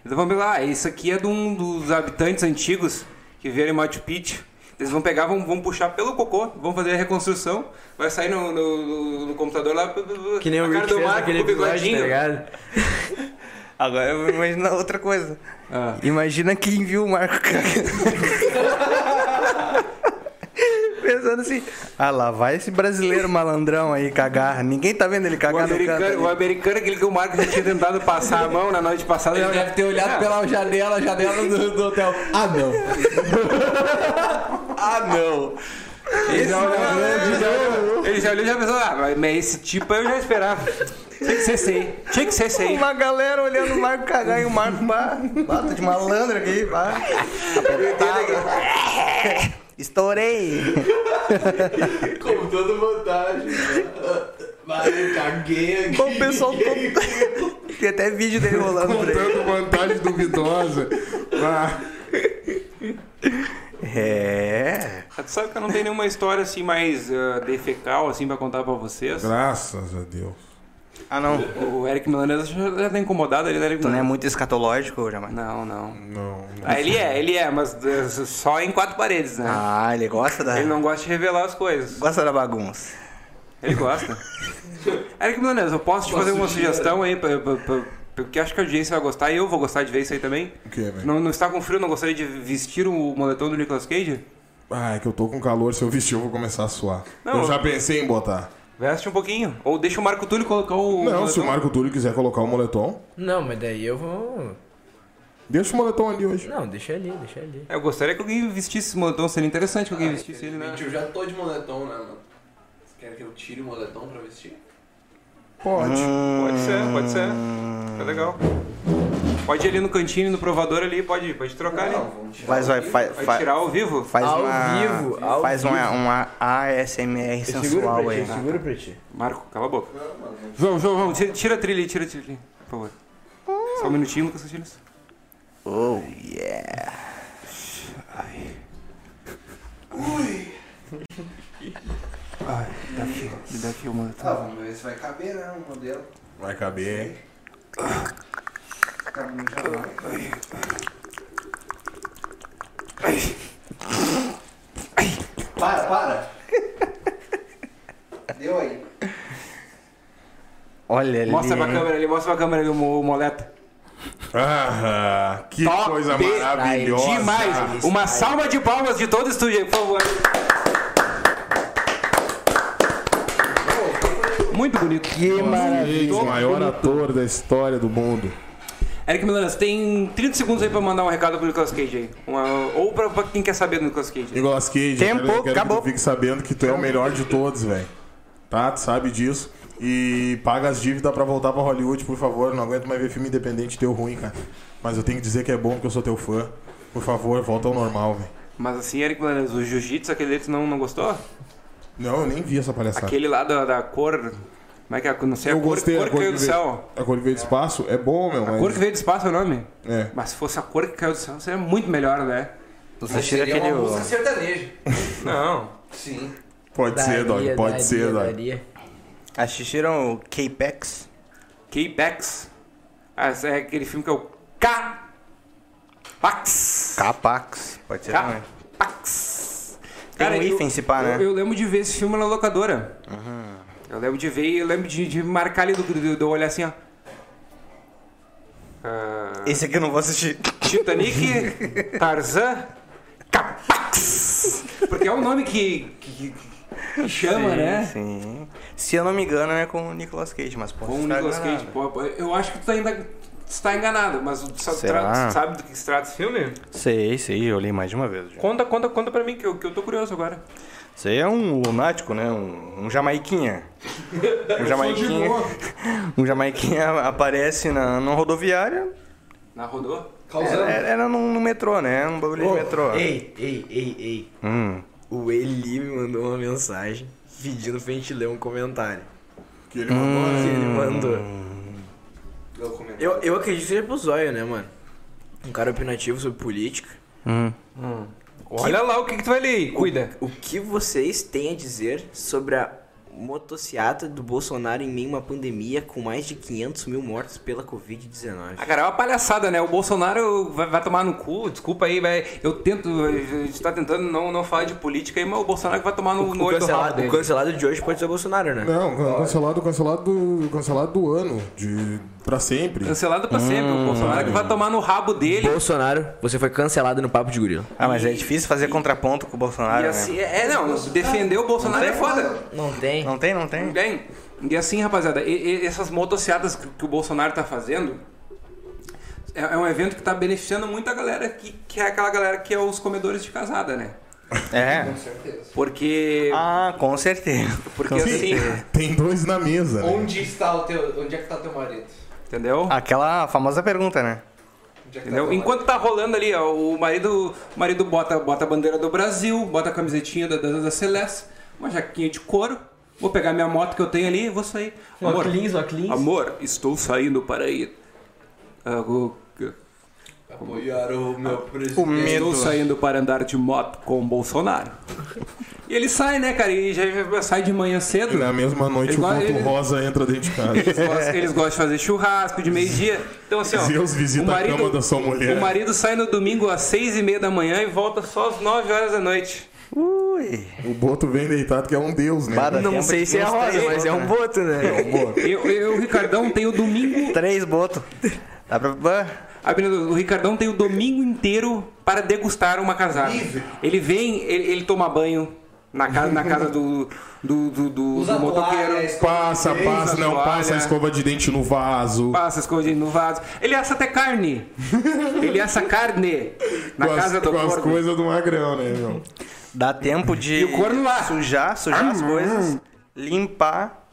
A: Então vão pensar, ah, isso aqui é de um dos habitantes antigos que vieram em Machu Picchu. Eles vão pegar, vão, vão puxar pelo cocô, vão fazer a reconstrução, vai sair no, no- no- no computador lá. blu, blu, blu,
D: Que nem
A: a
D: o
A: cara
D: Rick
A: do
D: fez
A: Marco
D: naquele
A: com o
D: episódio,
A: bigodinho.
D: tá ligado?
B: Agora eu vou imaginar outra coisa.
A: Ah.
B: Imagina quem viu o Marco cagando. Pensando assim, ah lá, vai esse brasileiro malandrão aí cagar. Ninguém tá vendo ele
A: O
B: cagar no canto. ali.
A: americano, o americano, é aquele que o Marco já tinha tentado passar a mão na noite passada,
E: Ele
A: já-
E: deve ter olhado
A: Ah,
E: pela janela, janela do, do hotel. Ah, não. ah, não.
A: Ele já olhou, ele já
E: né?
A: olhou, ele já olhou e já pensou, ah, mas- mas esse tipo eu já esperava. Tinha que ser esse aí, tinha que ser esse aí.
B: Uma galera olhando o Marco cagar e o Marco bah, bah, tô de malandro aqui, bah. Apertado. Estourei!
E: Com toda vantagem. Vai, eu caguei aqui.
B: Bom, o pessoal todo. Tem até vídeo dele rolando por aí.
C: Contando vantagem duvidosa. Ah,
B: É.
A: Ah, Tu sabe que eu não tenho nenhuma história assim mais ah, defecal assim pra contar pra vocês.
C: graças a Deus.
B: Ah não,
A: O Eric Milanese já, já tá incomodado ali, né? Eric
B: tu não é
A: Milanese?
B: muito escatológico, jamais.
A: Não, não.
C: Não. não.
A: Ah, ele é, ele é, mas ah, só em quatro paredes, né?
B: Ah, ele gosta da.
A: Ele não gosta de revelar as coisas.
B: Gosta da bagunça.
A: Ele gosta. Eric Milanese, eu posso te fazer uma sugestão aí, pra, pra- pra- porque acho que a audiência vai gostar e eu vou gostar de ver isso aí também.
C: O que, velho?
A: Não, não está com frio, não gostaria de vestir o moletom do Nicolas Cage?
C: Ah, é que eu tô com calor. Se eu vestir, eu vou começar a suar.
A: Não,
C: eu já
A: eu-
C: pensei em botar.
A: Veste um pouquinho. Ou deixa o Marco Túlio colocar o.
C: Não, se o
A: moletom.
C: Marco Túlio quiser colocar o moletom,
D: Não, mas daí eu vou.
C: deixa o moletom ali hoje.
D: Não, deixa ali, deixa ali.
A: É, Eu gostaria que alguém vestisse esse moletom, seria interessante que alguém vestisse ele, né?
E: Gente, eu já tô de moletom, né, mano? Vocês querem que eu tire o moletom pra vestir?
C: Pode.
A: Pode ser, pode ser.
B: Hum.
A: Tá legal. Pode ir ali no cantinho, no provador ali, pode, pode trocar ali.
E: vamos tirar.
B: Faz, vai, faz,
A: Vai
B: faz,
A: tirar ao vivo?
B: faz
D: Ao
B: uma.
D: vivo, ao
B: faz uma, uma ASMR sensual aí.
D: seguro pra ti.
A: Marco, cala a boca. Vamos, vamos, vamos. Tira, tira a trilha aí, tira a trilha aí, por favor. Só um minutinho, Lucas Castilhos.
B: Oh yeah.
A: Me dá aqui o moletom.
E: Ah, vamos ver se vai caber, né, o modelo.
C: Vai caber, hein?
E: Caminho já vai. Para, para. Deu aí.
B: Olha ali.
A: Mostra pra
C: é.
B: hein?
A: câmera ali, mostra pra câmera ali o mo- o moleta.
C: Ah, que coisa maravilhosa.
A: Demais! Uma salva de palmas de todo o estúdio aí, por favor. Muito bonito.
B: Que maravilha.
C: O maior ator da história do mundo.
A: Eric Milanas, tem 30 segundos aí pra mandar um recado pro Nicolas Cage aí. Uma- ou pra, pra quem quer saber do Nicolas Cage.
C: Nicolas Cage,
B: Tempo,
C: eu quero, eu quero
B: acabou.
C: que tu fique sabendo que tu é o melhor de todos, velho. Tá? Tu sabe disso. E paga as dívidas pra voltar pra Hollywood, por favor. Não aguento mais ver filme independente teu ruim, cara. Mas eu tenho que dizer que é bom porque eu sou teu fã. Por favor, volta ao normal, velho.
A: Mas assim, Eric Milanas, o jiu-jitsu, aquele dele, tu não, não gostou?
C: Não, eu nem vi essa palhaçada.
A: Aquele lá da, da cor. Como é que é? Não sei,
C: Eu
A: a cor,
C: gostei,
A: cor
C: a
A: que
C: cor
A: veio
C: que
A: do
C: veio.
A: céu.
C: A cor que veio do espaço é bom, meu,
A: A
C: mas...
A: cor que veio do espaço é o nome?
C: É.
A: Mas se fosse a cor que caiu do céu, seria muito melhor, né?
B: Você tira
D: é
B: aquele.
E: uma música sertaneja.
A: Não.
E: Sim.
C: Pode ser, Dog, pode ser, Dog.
B: Assistiram o K-Pex?
A: K-Pax. Ah, esse é aquele filme que é o K. Pax.
B: K-Pax. Pode ser também.
A: K-Pax.
B: Tem um
A: eu-
B: hífen se pá,
A: eu,
B: né? Uhum.
A: eu lembro de ver esse filme na locadora. Eu lembro de ver e eu lembro de, de marcar ali, do, do, do olhar assim, ó. Ah,
B: Esse aqui eu não vou assistir.
A: Titanic, Tarzan, Capax! Porque é um nome que, que- que chama, né?
B: Sim. Se eu não me engano, é com o Nicolas Cage, mas posso
A: Com o
B: estar
A: Nicolas Cage.
B: enganado.
A: Pô, pô, eu acho que tu tá ainda está enganado, mas tu sabe,
B: Será?
A: tra- tu sabe do que se trata esse filme?
B: Sei, sei, eu li mais de uma vez. Já.
A: Conta, conta, conta pra mim, que eu, que eu tô curioso agora.
B: Você é um lunático, né? Um, um jamaiquinha. Um jamaiquinha. Um jamaiquinha aparece na, numa rodoviária.
A: Na rodou?
E: Causando.
B: Era, era num, num metrô, né? Um bagulho de metrô.
D: Ei, ei, ei, ei.
B: Hum.
D: O Eli me mandou uma mensagem pedindo pra gente ler um comentário.
C: Que ele mandou,
A: Hum.
D: Que
C: né?
D: ele mandou.
A: É
D: Eu, eu acredito que seja pro zóio, né, mano? Um cara opinativo sobre política.
B: Hum.
A: Olha lá o que, que tu vai ler, cuida.
D: O que vocês têm a dizer sobre a motociata do Bolsonaro em meio a uma pandemia com mais de 500 mil mortos pela
A: Ah,
D: Covid-19?
A: cara, é uma palhaçada, né? O Bolsonaro vai, vai tomar no cu, desculpa aí, vai. Eu tento, a gente tá tentando não, não falar de política aí, mas é o Bolsonaro vai tomar no, no
D: O
A: olho do rabo
D: cancelado, o
A: dele.
D: cancelado de hoje pode ser o Bolsonaro, né?
C: Não, can- cancelado, cancelado, do- cancelado do ano, de pra sempre.
A: Cancelado pra sempre, o Bolsonaro que vai tomar no rabo dele.
D: Hum. Bolsonaro, você foi cancelado no Papo de Gorila.
B: Ah, mas é difícil fazer contraponto com o Bolsonaro,
A: E
B: né?
A: assim, é, é, não, defender o Bolsonaro é foda.
D: Não tem.
B: Não tem, não tem?
A: Bem, e assim, rapaziada, e- e essas motociadas que, que o Bolsonaro tá fazendo é, é um evento que tá beneficiando muito a galera que, que é aquela galera que é os comedores de casada, né?
B: É.
A: Porque.
B: Ah, com certeza.
A: porque
B: Com
A: assim,
C: Tem dois na mesa. né?
E: Onde está o teu. Onde é que tá teu marido?
A: entendeu?
B: Aquela famosa pergunta, né?
E: Onde é que tá
A: Entendeu?
E: teu
A: Enquanto tá rolando ali, ó, o marido, o marido bota, bota a bandeira do Brasil, bota a camisetinha da, da, da Celeste, uma jaquinha de couro. Vou pegar minha moto que eu tenho ali e vou sair. Amor, amor, estou saindo para ir. Ah, o-
E: marido? Apoiar o meu presidente.
B: O medo.
A: Ah, Estou saindo para andar de moto com o Bolsonaro. E ele sai, né, cara? E já, já sai de manhã cedo.
C: E Na mesma noite
A: Igual
C: o ponto
A: ele-
C: rosa entra dentro de casa.
A: Eles gostam, eles gostam de fazer churrasco de meio-dia. Então, assim, ó.
C: Zeus visita a cama da sua mulher.
A: O marido sai no domingo às seis e meia da manhã e volta só às nove horas da noite.
B: Ui.
C: o Boto vem deitado que é um deus, né?
B: Bada.
D: Não
B: Tempo
D: sei
B: de
D: se é a
B: uns
D: rosa,
B: três
D: mas é um
B: votos,
D: boto, né?
A: Eu, eu, o Ricardão, tem o domingo.
B: Três botos. Dá pra. bah.
A: a menina do- O Ricardão tem o domingo inteiro para degustar uma casada. Ele vem, ele, ele toma banho na casa, na casa do, do, do, do- do motoqueiro.
C: Passa, passa, não
A: toalha.
C: passa a escova de dente no vaso.
A: Passa escondido no vaso. Ele assa até carne. Ele assa carne na
C: com as,
A: casa do
C: com as
A: corno.
C: coisas do magrão, né, meu?
B: Dá tempo de
A: E o corno lá. Ah,
B: sujar, sujar as coisas, limpar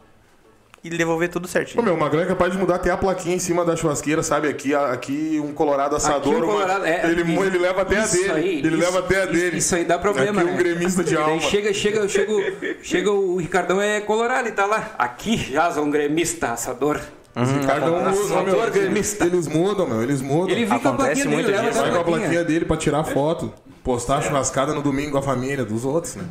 B: e devolver tudo
C: Ô,
B: certinho.
C: meu, o magrão é capaz de mudar até a plaquinha em cima da churrasqueira, sabe? Aqui, a- aqui um colorado assador.
A: um
C: uma-
A: colorado- é,
C: ele,
A: isso-
C: ele leva até a
A: isso
C: dele.
A: aí,
C: ele
A: isso-
C: leva até a
A: isso-
C: dele.
A: isso aí dá problema,
C: Aqui um
A: né?
C: gremista de
A: Daí
C: alma.
A: chega, chega, chega, o- chega o Ricardão é colorado e tá lá. Aqui jaz um gremista assador.
C: Os Ricardo é um-
A: Assador
C: ô, meu,
A: gremista.
C: Eles mudão, meu, eles mudam.
A: Ele vem com a
B: Acontece
A: plaquinha dele,
B: muito
A: leva
B: disso,
A: até
C: Vai com
A: a
C: a
A: plaquinha. É.
C: plaquinha dele pra tirar foto. Postar a churrascada no domingo com a família, dos outros, né?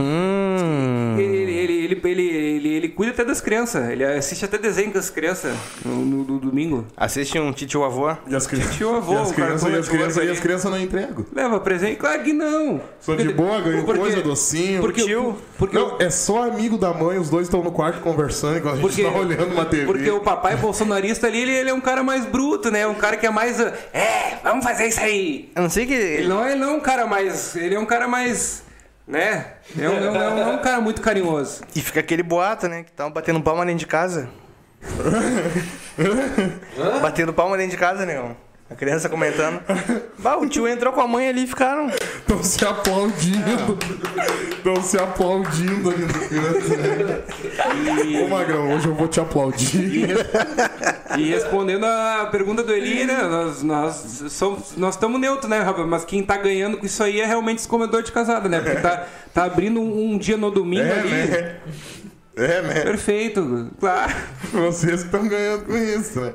B: Hum.
A: Ele, ele, ele, ele, ele, ele- ele cuida até das crianças. Ele assiste até desenho com as crianças no, no- no domingo.
B: Assiste um Titio Avô.
C: E as crianças.
A: Tio avô,
C: e as
A: o cara
C: crianças, e as
A: come
C: crianças,
A: de
C: e as crianças não entregam.
A: Leva presente? Claro que não.
C: São de boa, ganham
A: Porque-
C: coisa, docinho.
A: Porque,
B: tio-
A: porque,
C: não, é só amigo da mãe, os dois estão no quarto conversando enquanto a gente
A: Porque-
C: tá olhando uma TV.
A: Porque o papai bolsonarista ali, ele, ele é um cara mais bruto, né? Um cara que é mais. ah, É, vamos fazer isso aí.
B: Eu não sei que.
A: Ele não, ele não é um cara mais. Ele é um cara mais. Né? É um, é um- é um- é um cara muito carinhoso.
B: E fica aquele boato, né? Que tava batendo palma dentro de casa. batendo palma dentro de casa, negão. A criança comentando. Bah, o tio entrou com a mãe ali e ficaram.
C: Estão se aplaudindo. Estão se aplaudindo ali no canto. Ô Magrão, hoje eu vou te aplaudir.
A: E respondendo a pergunta do Eli, né? Nós, nós somos, nós estamos neutros, né, rapaz? Mas quem tá ganhando com isso aí é realmente esse comedor de casada, né? Porque tá, tá abrindo um, um dia no domingo
C: É,
A: ali.
C: né? É, né?
A: Perfeito, claro.
C: Vocês estão ganhando com isso, né?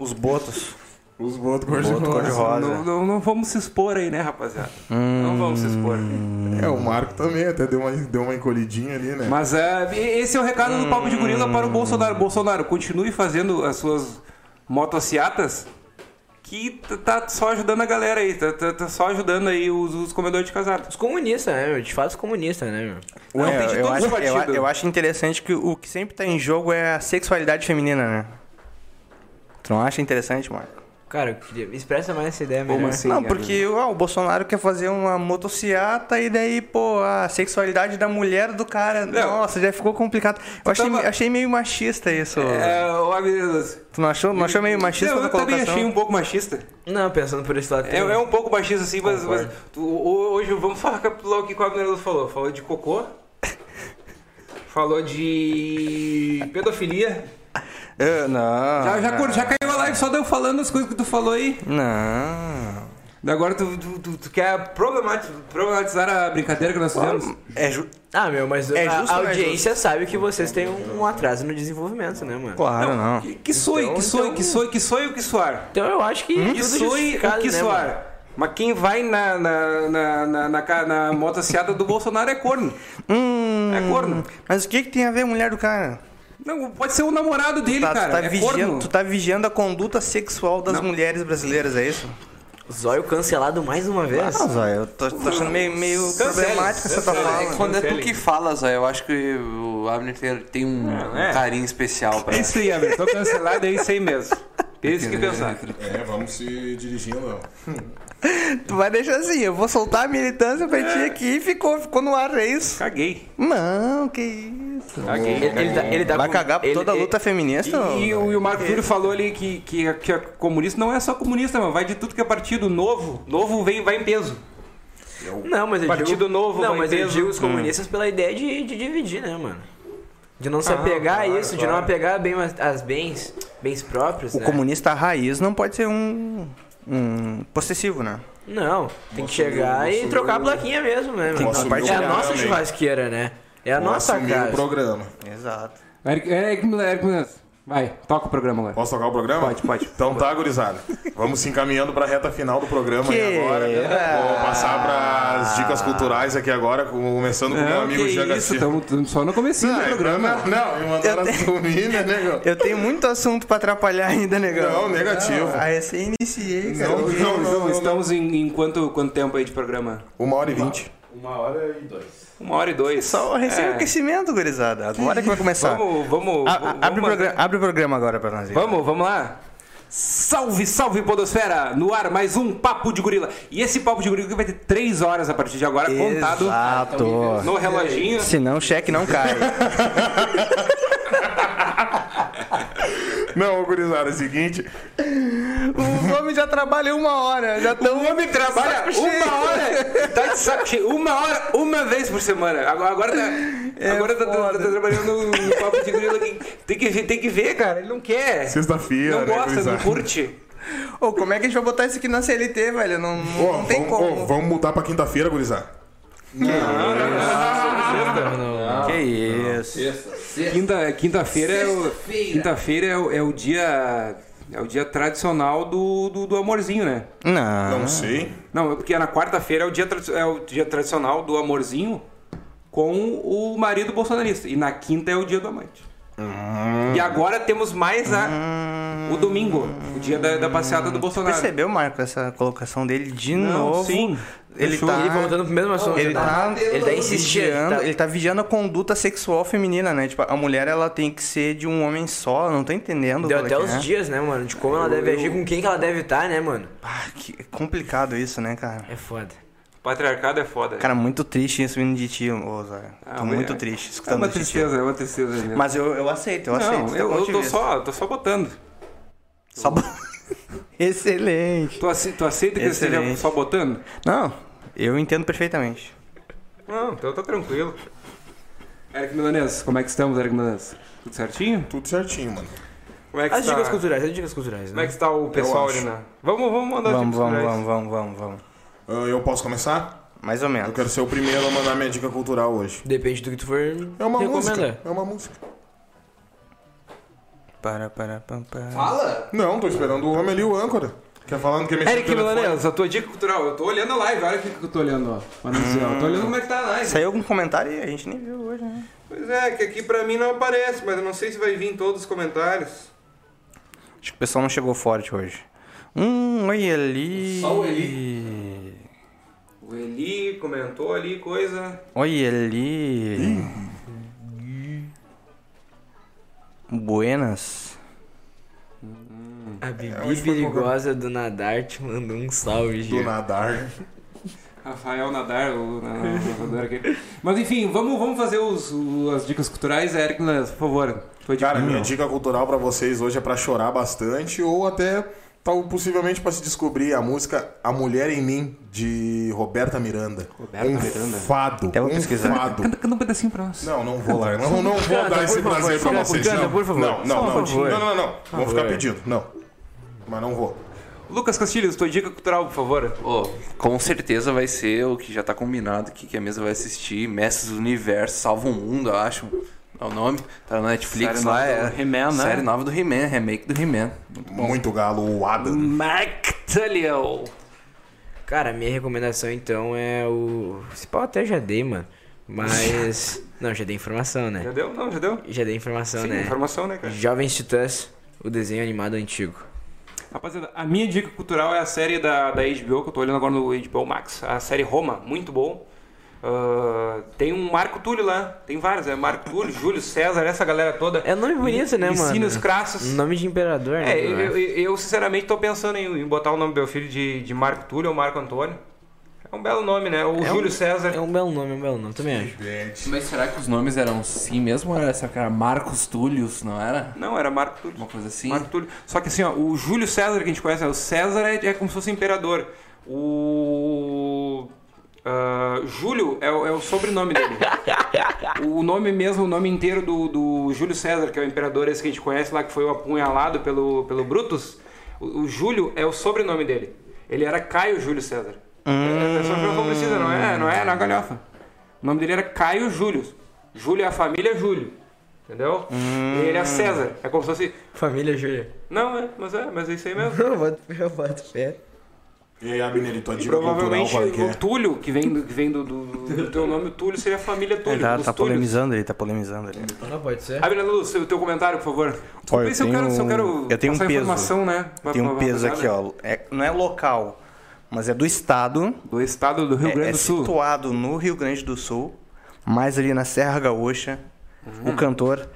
B: Os botos.
C: Os votos
B: Boto
C: cor-de-rosa.
B: cor-de-rosa.
A: Não, não, não vamos se expor aí, né, rapaziada? Não vamos se expor.
C: É, o Marco também até deu uma, deu uma encolhidinha ali, né?
A: Mas é, esse é o recado do Papo de Gorila para o Bolsonaro. Bolsonaro, continue fazendo as suas motociatas, que t- tá só ajudando a galera aí, tá, tá- tá só ajudando aí os, os comedores de casada.
D: Os comunistas, né, meu? De fato, os comunistas, né, meu?
A: Não,
B: É,
A: tem de
B: eu,
A: todos
B: acho,
A: os
B: eu,
A: partidos.
B: eu acho interessante que o que sempre tá em jogo é a sexualidade feminina, né? Tu não acha interessante, Marco?
D: Cara, eu queria... expressa mais essa ideia,
A: Como
D: melhor.
A: assim?
B: não,
A: cara?
B: porque ó, o Bolsonaro quer fazer uma motociata e daí, pô, a sexualidade da mulher do cara.
A: Não.
B: Nossa, já ficou complicado. Eu achei,
A: tava-
B: achei meio machista isso.
A: É, ô, Abelhas.
B: Tu não achou, não achou meio machista
A: Não,
B: essa
A: eu também
B: colocação?
A: achei um pouco machista.
D: Não, pensando por esse lado.
A: É, é um pouco machista assim, mas, mas
D: Concordo.
A: tu- ho- hoje vamos falar logo o que o Abner falou. Falou de cocô, falou de pedofilia.
B: É, não.
A: um- Já, já,
B: não.
A: cur- já caiu a live só deu falando as coisas que tu falou aí.
B: Não.
A: Agora tu, tu- tu- tu quer problemati- problematizar a brincadeira que nós fizemos?
B: É ju...
D: Ah, meu, mas
B: É
D: a,
B: justo,
D: a
B: né,
D: audiência sabe que vocês têm um, um atraso no desenvolvimento, né, mano?
B: Claro, não.
A: Que, que soe,
D: Então-
A: que soe,
D: então-
A: que soe, que soe o que soar.
D: Então eu acho que. é
A: Que
D: tudo
A: soe Hum? o
D: justificado,
A: que
D: né, mano?
A: soar. Mas quem vai na, na, na, na, na, ca- na motociada do Bolsonaro é corno.
B: Hum,
A: É corno.
B: Mas o que, que tem a ver a mulher do cara?
A: Não, pode ser o namorado dele,
B: Tá-
A: cara.
B: tu, tá
A: é corno.
B: vigiando, tu tá vigiando a conduta sexual das mulheres brasileiras, é isso?
D: Zóio cancelado mais uma
C: Ah,
D: vez.
B: Não, Zóia, eu tô, tô achando meio, meio problemática essa tua
A: cancela,
B: fala.
H: Quando é tu que falas, ó, eu acho que o Abner tem, tem um,
A: é.
H: um carinho especial pra
A: É isso aí, Abner. Tô cancelado, é isso aí mesmo. É isso que pensar.
C: É, vamos se dirigindo. ó.
B: Tu vai deixar assim, eu vou soltar a militância pra ti aqui e ficou, ficou no ar, é isso?
A: Caguei.
B: Não, que isso.
A: Caguei.
D: Ele, ele dá, ele dá
B: Vai
D: com-
B: cagar por
D: ele-
B: toda a
D: ele-
B: luta feminista?
D: Então,
A: E, e o, e o Marco Túlio falou ali que, que, que é comunista não é só comunista, mano. Vai de tudo que é partido novo. Novo vem, vai em peso.
D: Não, mas eu
A: Partido
D: digo...
A: Novo,
D: Não,
A: vai
D: mas eu
A: preso.
D: digo os
B: Hum.
D: comunistas pela ideia de, de dividir, né, mano? De não se
A: Ah,
D: apegar a isso, de não apegar bem as, as bens, bens próprios,
B: O
D: né?
B: comunista raiz não pode ser um, um possessivo, né?
D: Não, tem que chegar e trocar a plaquinha mesmo, né, mano?
B: que
D: É
B: compartilhar,
D: a nossa
C: né,
D: churrasqueira, né? É a
C: Vou
D: nossa
C: assumir o
D: casa.
C: programa.
B: Exato.
A: Eric, Eric, Miller, Eric Miller. Vai, toca o programa lá.
C: Posso tocar o programa?
A: Pode, pode.
C: Então tá, gurizada. Vamos se encaminhando pra reta final do programa
B: Que
C: aí agora. né? Vou passar pras dicas culturais aqui agora, começando com o meu
A: Não,
C: amigo Jean
A: que isso,
C: Garcia.
A: tamo, tamo só no comecinho
C: Não,
A: do programa.
C: Não, não, me mandaram assumir, né, negão?
B: Eu tenho muito assunto pra atrapalhar ainda, negão. Ah,
C: Não, negativo.
B: Aí você iniciei, cara.
C: Não, não, não, não, não.
A: Estamos em, em quanto, quanto tempo aí de programa?
C: Uma hora e vinte.
E: Uma hora e dois.
A: Uma hora e dois.
B: Só recebe
A: É.
B: o aquecimento, gurizada. Agora que vai começar.
A: Vamos, vamos.
B: A- a-
A: vamos
B: abre, o
A: mandar-
B: programa, abre o programa agora pra nós. então. aí.
A: Vamos, vamos lá. Salve, salve Podosfera! No ar mais um Papo de Gorila. E esse Papo de Gorila que vai ter três horas a partir de agora, contado
B: Exato.
A: no reloginho.
B: Senão o cheque não cai.
C: Não, gurizada, é o seguinte.
B: o homem já trabalha uma hora. Já tão... O homem
A: Trabalha uma hora, tá de saco cheio. Uma hora, uma vez por semana. Agora, agora, tá,
C: É
A: agora tá, tá-
B: foda.
A: tá trabalhando no, no Papo de Gorila. que Tem que, ver- tem que ver, cara. Ele não quer.
C: Sexta-feira,
A: Não
C: né,
A: gosta, não
C: gurizada?
A: curte.
B: Ô, como é que a gente vai botar isso aqui na CLT, velho? Não,
C: Ô,
B: não tem
C: vamos,
B: como.
C: ô, vamos mudar pra quinta-feira, gurizada.
A: Ah.
B: Que isso.
A: Quinta, quinta-feira é o quinta-feira é, o- é o dia é o dia tradicional do, do, do amorzinho, né?
B: Não.
C: Não sei.
A: Não, é porque na quarta-feira é o dia tradi- é o dia tradicional do amorzinho com o marido bolsonarista e na quinta é o dia do amante.
B: Hum.
A: E agora temos mais a o domingo, o dia da, da passeada do Bolsonaro.
B: Percebeu, Marco, essa colocação dele de
A: Não,
B: novo?
A: sim.
B: Ele
A: Fechou.
B: tá...
D: Ele voltando pro mesmo assunto.
B: Ele tá,
D: ele tá insistindo.
B: vigiando,
D: tá-
B: ele tá vigiando a conduta sexual feminina, né? Tipo, a mulher ela tem que ser de um homem só, eu não tô entendendo.
D: Deu
B: qual é
D: até
B: que
D: os
B: é.
D: dias, né, mano? De como ela deve agir, com quem que ela deve estar, né, mano?
B: Ah, que complicado isso, né, cara?
D: É foda.
A: Patriarcado é foda.
B: Cara, muito triste isso vindo de ti, ô Zé.
A: Ah,
B: Tô
A: mas-
B: muito triste
A: é
B: escutando
A: uma
B: isso de ti.
A: tristeza, é uma tristeza. mesmo.
B: Mas assim, eu, eu aceito, eu aceito.
A: não,
B: teu
A: eu,
B: ponto
A: eu
B: de
A: tô
B: vista.
A: só, tô só botando.
B: Só bo- Excelente.
A: Tu, ace- tu aceita que eu esteja
B: Excelente.
A: só botando?
B: Não, eu entendo perfeitamente.
A: Não, então tá tranquilo. Eric Milanês, como é que estamos, Eric Milanês? Tudo certinho?
C: Tudo certinho, mano.
A: Como é que,
D: As
A: está,
D: dicas culturais, as dicas culturais,
A: como é
D: né?
A: que está o pessoal
C: Eu acho.
A: ali na... Vamos, vamos mandar
B: Vamos,
A: dicas
B: vamos,
A: culturais.
B: vamos, vamos, vamos, vamos.
C: Ah, eu posso começar?
B: Mais ou menos.
C: Eu quero ser o primeiro a mandar minha dica cultural hoje.
D: Depende do que tu for
C: É uma
D: recomendar.
C: música. É uma música.
B: Para, para, pam, para.
E: Fala!
C: Não, tô esperando o homem ali, o âncora. Quer falando que é mexer
A: Eric
C: no telefone?
A: Milanês, a tua dica cultural. Eu tô olhando a live, olha o que que eu tô olhando, ó. Pra não dizer, ó. Eu tô olhando como é que tá a live.
B: Saiu algum comentário e a gente nem viu hoje, né?
A: Pois é, que aqui pra mim não aparece, mas eu não sei se vai vir em todos os comentários.
B: Acho que o pessoal não chegou forte hoje. Hum, olha ali.
A: Só o O Eli comentou ali coisa.
B: Olha ali. Buenas.
D: A Bibi Perigosa do Nadar te mandou um salve,
C: Do
D: Gil.
C: nadar.
A: Rafael Nadar, o na- nadador aqui. Mas enfim, vamos, vamos fazer os, o- as dicas culturais. Eric, por favor. Foi
C: Cara, minha dica cultural pra vocês hoje é pra chorar bastante ou até tal possivelmente pra se descobrir a música A Mulher em Mim de Roberta Miranda. Roberta um Miranda. Fado.
B: vou
C: um
B: pesquisar.
C: fado.
A: Canta um pedacinho pra nós.
C: Não, não vou lá. Não, não vou dar esse prazer pra vocês.
B: canta,
C: não.
B: por favor.
C: Não,
B: Só
C: não,
B: por
C: não.
B: favor.
C: Não, não, não. Vou ficar pedindo. Não. Mas não vou.
A: Lucas Castilhos, tua dica cultural, por favor.
H: Ó, com certeza vai ser o que já tá combinado aqui, que a mesa vai assistir. Mestres do Universo, Salva o Mundo, eu acho. É o nome. Tá na Netflix
A: Série
H: lá.
A: nova
H: é
A: do He-Man, né?
H: Série nova do He-Man, remake do He-Man. Muito bom.
C: Muito galo, o
B: Hum.
C: Adam.
A: Mark Tulio.
D: Cara, minha recomendação então é o. Se pau até já dei, mano. Mas. Não, já dei informação,
A: Já
D: né?
A: deu? Não, já deu?
D: Já dei informação,
A: Sim,
D: né?
A: informação, né, cara?
D: Jovens Titãs, o desenho animado antigo.
A: Rapaziada, a minha dica cultural é a série da, da HBO, que eu tô olhando agora no HBO Max, a série Roma, muito bom. Ah, tem um Marco Túlio lá, tem vários, é Marco Túlio, Júlio César, essa galera toda.
D: É nome bonito, né, mano?
A: Ensinos crassos.
D: Nome de imperador, né?
A: É, eu, eu- eu, sinceramente tô pensando em, em botar o nome do meu filho de, de Marco Túlio ou Marco Antônio. É um belo nome, né? O Júlio César.
D: É um belo nome, é um belo nome, também acho.
H: Mas será que os nomes eram assim mesmo? Ou era essa cara Marcos Túlios, não era?
D: um
A: Não, era Marco Túlio.
H: Uma coisa assim?
A: Marco Túlio. Só que assim, ó, o Júlio César que a gente conhece, né? o César é, é como se fosse imperador. O. ah, Júlio é, o- é o sobrenome dele. o nome mesmo, o nome inteiro do, do Júlio César, que é o imperador esse que a gente conhece lá, que foi apunhalado pelo, pelo Brutus. O, o Júlio é o sobrenome dele. Ele era Caio Júlio César. É, é só que não precisa, não é, não é na galhofa. O nome dele era Caio Júlio. Júlio é a família Júlio. Entendeu? E ele é César. É como se fosse.
D: Família Júlia.
A: Não, é, mas é, mas é isso aí mesmo.
D: Eu boto fé, eu boto fé.
C: E aí, Abner, tua dica cultural
A: Provavelmente
C: qual é que
A: o
C: é?
A: Túlio, que vem, do- que vem do, do- do teu nome, o Túlio seria a família Túlio.
B: Ele tá,
A: os
B: tá
A: Túlios.
B: polemizando ali, tá polemizando ali.
D: Não pode ser.
A: Abre na luz o teu comentário, por favor. Desculpa
B: eu
A: aí se eu
B: tenho
A: quero, se eu quero
B: um- eu tenho um
A: passar
B: peso.
A: informação, né?
B: Tem um
A: pra- pra
B: peso aqui,
A: rapaziada.
B: ó. É- não é local, mas é do estado.
A: Do estado do Rio
B: é,
A: Grande
B: é
A: do Sul.
B: situado no Rio Grande do Sul, mais ali na Serra Gaúcha, o cantor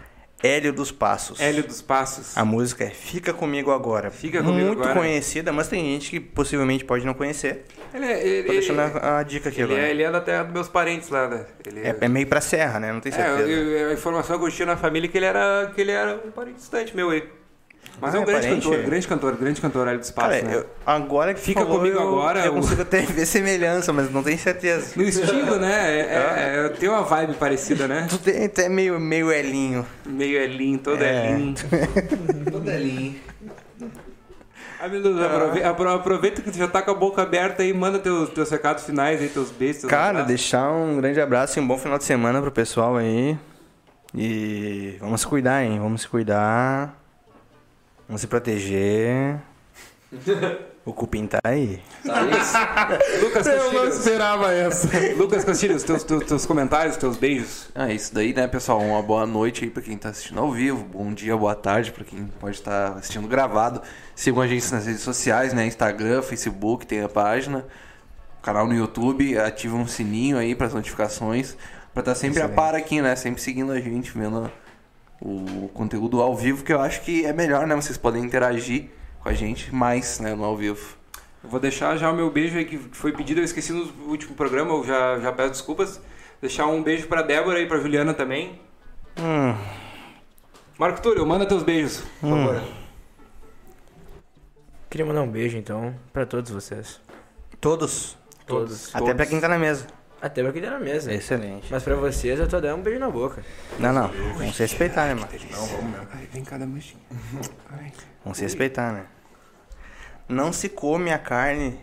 B: Hélio dos Passos.
A: Uhum. Hélio dos Passos.
B: A música é Fica Comigo Agora.
A: Fica Comigo
B: Muito
A: Agora.
B: conhecida, mas tem gente que possivelmente pode não conhecer.
A: Ele é. Ele,
B: Tô deixando
A: ele-
B: a, a dica aqui
A: ele
B: agora.
A: é, ele é da terra dos meus parentes lá, né? Ele
B: É, é meio pra serra, né? Não tem
A: É,
B: certeza.
A: eu- eu- a informação que eu tinha na família é que ele era, que ele era um parente distante meu aí. Mas
B: Ah,
A: é um
B: é
A: grande
B: parente?
A: cantor, grande cantor, grande cantor, Hélio dos Passos.
B: Cara,
A: né?
B: eu- agora que
A: Fica
B: falou,
A: comigo
B: eu,
A: agora,
B: Eu
A: o-
B: consigo até ver semelhança, mas não tenho certeza.
A: No estilo, né? É- é- é- tem uma vibe parecida, né?
B: Tu tem até meio, meio elinho.
A: Meio Elin, todo
B: É.
A: Elin. todo Elin. Amigo, aprove- apro- aproveita que tu já tá com a boca aberta aí, manda teus, teus recados finais aí, teus beijos. teus
B: Cara,
A: abraços.
B: deixar um grande abraço e um bom final de semana pro pessoal aí. E vamos se cuidar, hein? Vamos se cuidar. Vamos se proteger. O cupim tá aí.
A: Lucas
C: Eu não
A: Castilhos,
C: esperava essa.
A: Lucas Castilhos, teus, teus, teus comentários, teus beijos.
H: Ah, é isso daí, né, pessoal? Uma boa noite aí pra quem tá assistindo ao vivo, bom dia, boa tarde pra quem pode estar assistindo gravado. Sigam a gente nas redes sociais, né? Instagram, Facebook, tem a página, canal no YouTube, ativam o sininho aí pras notificações, pra estar sempre a par aqui, né? Sempre seguindo a gente, vendo o conteúdo ao vivo, que eu acho que é melhor, né? Vocês podem interagir com a gente mais, né, no ao vivo.
A: Eu Vou deixar já o meu beijo aí que foi pedido, eu esqueci no último programa, eu já, já peço desculpas. Deixar um beijo pra Débora e pra Juliana também.
B: Hum.
A: Marco Túlio, manda teus beijos, por favor.
D: Queria mandar um beijo então pra todos vocês.
B: Todos.
D: Todos.
B: Até pra quem tá na mesa.
D: Até pra quem tá na mesa.
B: Excelente.
D: Mas pra vocês eu tô dando um beijo na boca.
B: Não, não. Vamos se respeitar, né, mano?
H: Vem cada mexinha.
B: Vamos se respeitar, né? Não se come a carne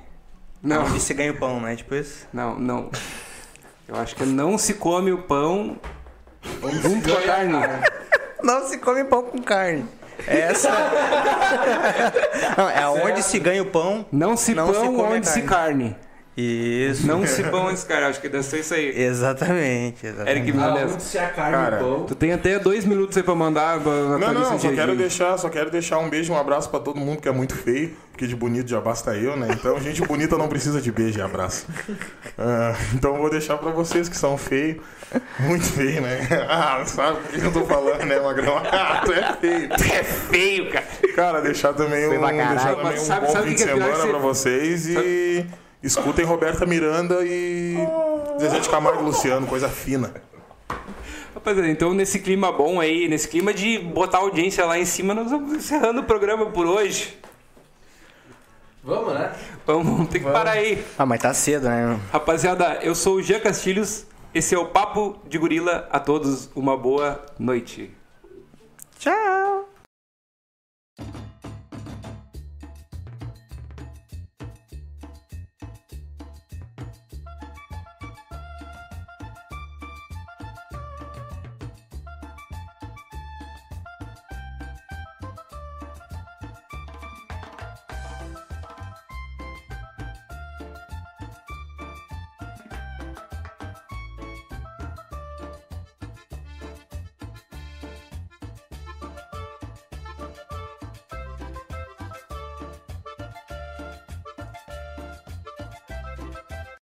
A: Não,
B: e se ganha o pão, né? Tipo isso.
A: não, não. Eu acho que não se come o pão junto com a carne.
B: Não se come pão com carne. É Essa. não, é onde se ganha o pão.
A: Não se
B: Não se
A: pão
B: come a
A: onde se carne.
B: Isso.
A: Não se pão antes, cara. Acho que deve ser isso aí.
B: Exatamente, exatamente.
A: Eric Mendes.
E: Ah, se a carne
C: Cara,
E: pão.
A: Tu tem até dois minutos aí pra mandar. Pra,
C: Não, não, só quero, deixar, só quero deixar um beijo, um abraço pra todo mundo que é muito feio, porque de bonito já basta eu, né? Então, gente bonita não precisa de beijo e abraço. Ah, então, eu vou deixar pra vocês que são feios, muito feio, né? Ah, sabe por que eu tô falando, né, Magrão? Ah, tu é feio. Tu é feio, cara. Cara, deixar também um, deixar também
A: Mas
C: um
A: sabe-
C: bom
A: sabe o que
C: fim de
A: que é pior
C: semana
A: que
C: pra vocês e escutem Roberta Miranda e
A: Ah.
C: Zezé de Camargo e Luciano, coisa fina.
A: Rapaziada, então nesse clima bom aí, nesse clima de botar a audiência lá em cima, nós vamos encerrando o programa por hoje.
E: Vamos, né?
A: Vamos, vamos ter que parar aí.
B: Ah, mas tá cedo, né?
A: Rapaziada, eu sou o Jean Castilhos. Esse é o Papo de Gorila. A todos, uma boa noite.
B: Tchau.